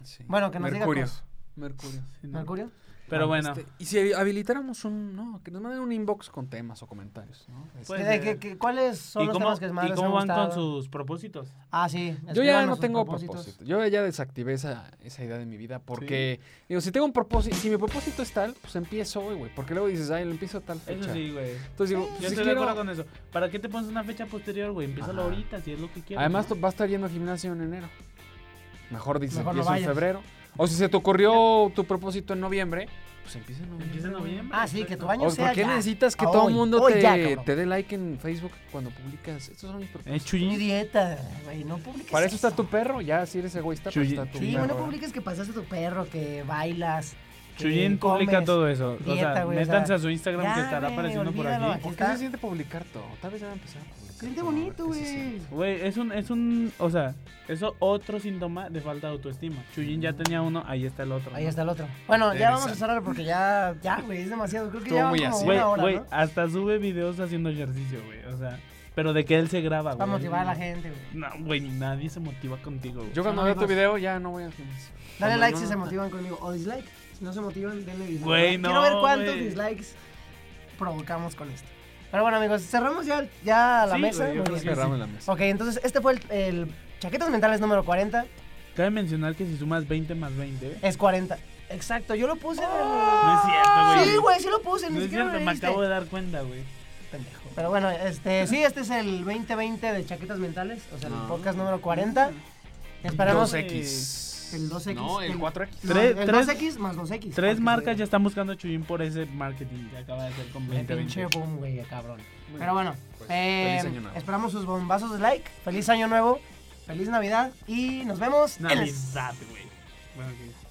S1: Sí.
S4: Bueno, que nos
S1: Mercurio.
S4: diga Cos.
S1: Mercurio.
S2: Sí, no.
S4: ¿Mercurio? Ah,
S2: Pero bueno.
S1: Este, y si habilitáramos un, no, que nos manden un inbox con temas o comentarios, ¿no? Este,
S2: Pues,
S4: ¿Qué- de-
S2: eh,
S4: qué- qué- ¿Cuáles son
S2: ¿Y
S4: los
S2: cómo,
S4: temas que más
S2: y
S4: les
S2: cómo
S4: han
S2: van
S4: gustado?
S2: con sus propósitos?
S4: Ah, sí.
S1: yo ya
S4: escríbanos
S1: no
S4: sus
S1: tengo
S4: propósitos.
S1: propósito. Yo ya desactivé esa, esa idea de mi vida porque, digo, si tengo un propósito, si mi propósito es tal, pues empiezo hoy, güey. Porque luego dices, ay, lo empiezo a tal fecha.
S2: Eso sí, güey.
S1: Entonces digo, pues,
S2: Yo
S1: si
S2: estoy de
S1: quiero...
S2: acuerdo con eso. ¿Para qué te pones una fecha posterior, güey? Empiezalo
S1: Ajá.
S2: ahorita, si es lo que quieres.
S1: Además,
S2: ¿no?
S1: tú vas a estar yendo al gimnasio en enero. Mejor dices,
S4: Mejor no
S1: empiezo en
S4: vayas.
S1: febrero. O si se te ocurrió tu propósito en noviembre, pues empieza en noviembre.
S2: Empieza en noviembre.
S4: Ah, sí, que tu
S2: vaya.
S4: año
S1: O
S4: sea
S1: ¿Por qué
S4: ya.
S1: necesitas que
S4: a
S1: todo
S4: hoy,
S1: el mundo
S4: hoy
S1: te,
S4: ya, cabrón.
S1: te dé like en Facebook cuando publicas? Estos son mis propósitos.
S2: Eh,
S4: Mi
S2: Chuyi.
S4: dieta, güey, no publiques
S1: Para eso está tu perro, ya si eres egoísta, pues
S2: Chuyi-
S1: está tu
S4: Sí,
S1: perro.
S4: güey, no publiques que pasaste tu perro, que bailas. que
S2: Chuyin publica
S4: comes.
S2: todo eso. o
S4: dieta,
S2: sea,
S4: güey, o
S2: métanse
S4: sea,
S2: a su Instagram que
S4: ya,
S2: estará
S4: güey,
S2: apareciendo por
S4: olvídalo,
S2: aquí.
S4: aquí
S1: ¿Por qué se siente publicar todo? Tal vez ya va a empezar a publicar.
S4: Siente
S1: todo, a ver
S4: bonito,
S1: qué se
S4: güey.
S1: siente.
S2: Güey, es un, es un, o sea, eso otro síntoma de falta de autoestima. Chuyin ya tenía uno, ahí está el otro.
S4: Mm. Ahí
S2: ¿no?
S4: está el otro. Bueno, ya vamos a
S1: Interesante.
S4: cerrar porque ya, ya, güey, es demasiado. Creo que
S1: Estuvo
S4: ya
S1: muy
S4: vamos como
S1: así.
S2: Güey,
S4: una hora,
S2: güey,
S4: ¿no?
S2: hasta sube videos haciendo ejercicio, güey. O sea, pero de que él se graba, güey.
S4: Para motivar a la gente, güey.
S2: No, güey, nadie se motiva contigo, güey.
S1: Yo cuando
S4: Son
S1: veo tu
S4: amigos.
S1: video ya no voy al gimnasio.
S4: Dale
S1: Cuando
S4: like si
S1: no-
S4: se motivan conmigo. O dislike. Si no se motivan, denle dislike.
S2: Güey,
S4: Quiero
S2: no,
S4: ver cuántos
S2: güey.
S4: dislikes provocamos con esto. Pero bueno, amigos, cerramos ya, ya la
S2: Sí,
S4: mesa.
S2: güey, yo creo
S4: Muy bien.
S2: que sí.
S1: Cerramos la mesa.
S4: Ok, entonces este fue el, el Chaquetas Mentales número 40.
S2: Cabe mencionar que si sumas 20 más 20, ¿eh?
S4: Es 40. Exacto, yo lo puse en el-
S2: No es cierto, güey.
S4: Sí, güey, sí lo puse.
S2: No
S4: ni
S2: es
S4: siquiera
S2: cierto,
S4: me
S2: me
S4: leíste.
S2: acabo de dar cuenta, güey.
S4: Pendejo. Pero bueno, este, sí, este es el 2020 de Chaquetas Mentales. O sea, el
S1: No.
S4: podcast número 40. Esperamos.
S2: Dos X.
S1: 2X.
S4: El 2X,
S1: No, el
S4: el-
S1: 4X.
S4: No,
S2: Tres-
S4: el
S2: tres-
S4: 2X más 2X.
S2: Tres
S4: porque,
S2: marcas
S4: güey,
S2: ya están buscando a Chuyín por ese marketing que acaba de hacer con
S4: el
S2: 20.
S4: pinche
S2: 20.
S4: boom, güey, cabrón.
S1: Muy
S4: Pero
S1: bien,
S4: bueno,
S1: pues,
S4: eh,
S1: feliz año nuevo.
S4: esperamos sus bombazos de like. Feliz año nuevo. Feliz Navidad. Y nos vemos. en el-
S2: Navidad, güey. Bueno, que-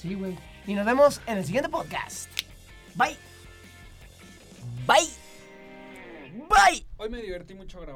S4: Sí, güey. Y nos vemos en el siguiente podcast. Bye.
S3: Bye. Bye.
S1: Hoy me divertí mucho grabando.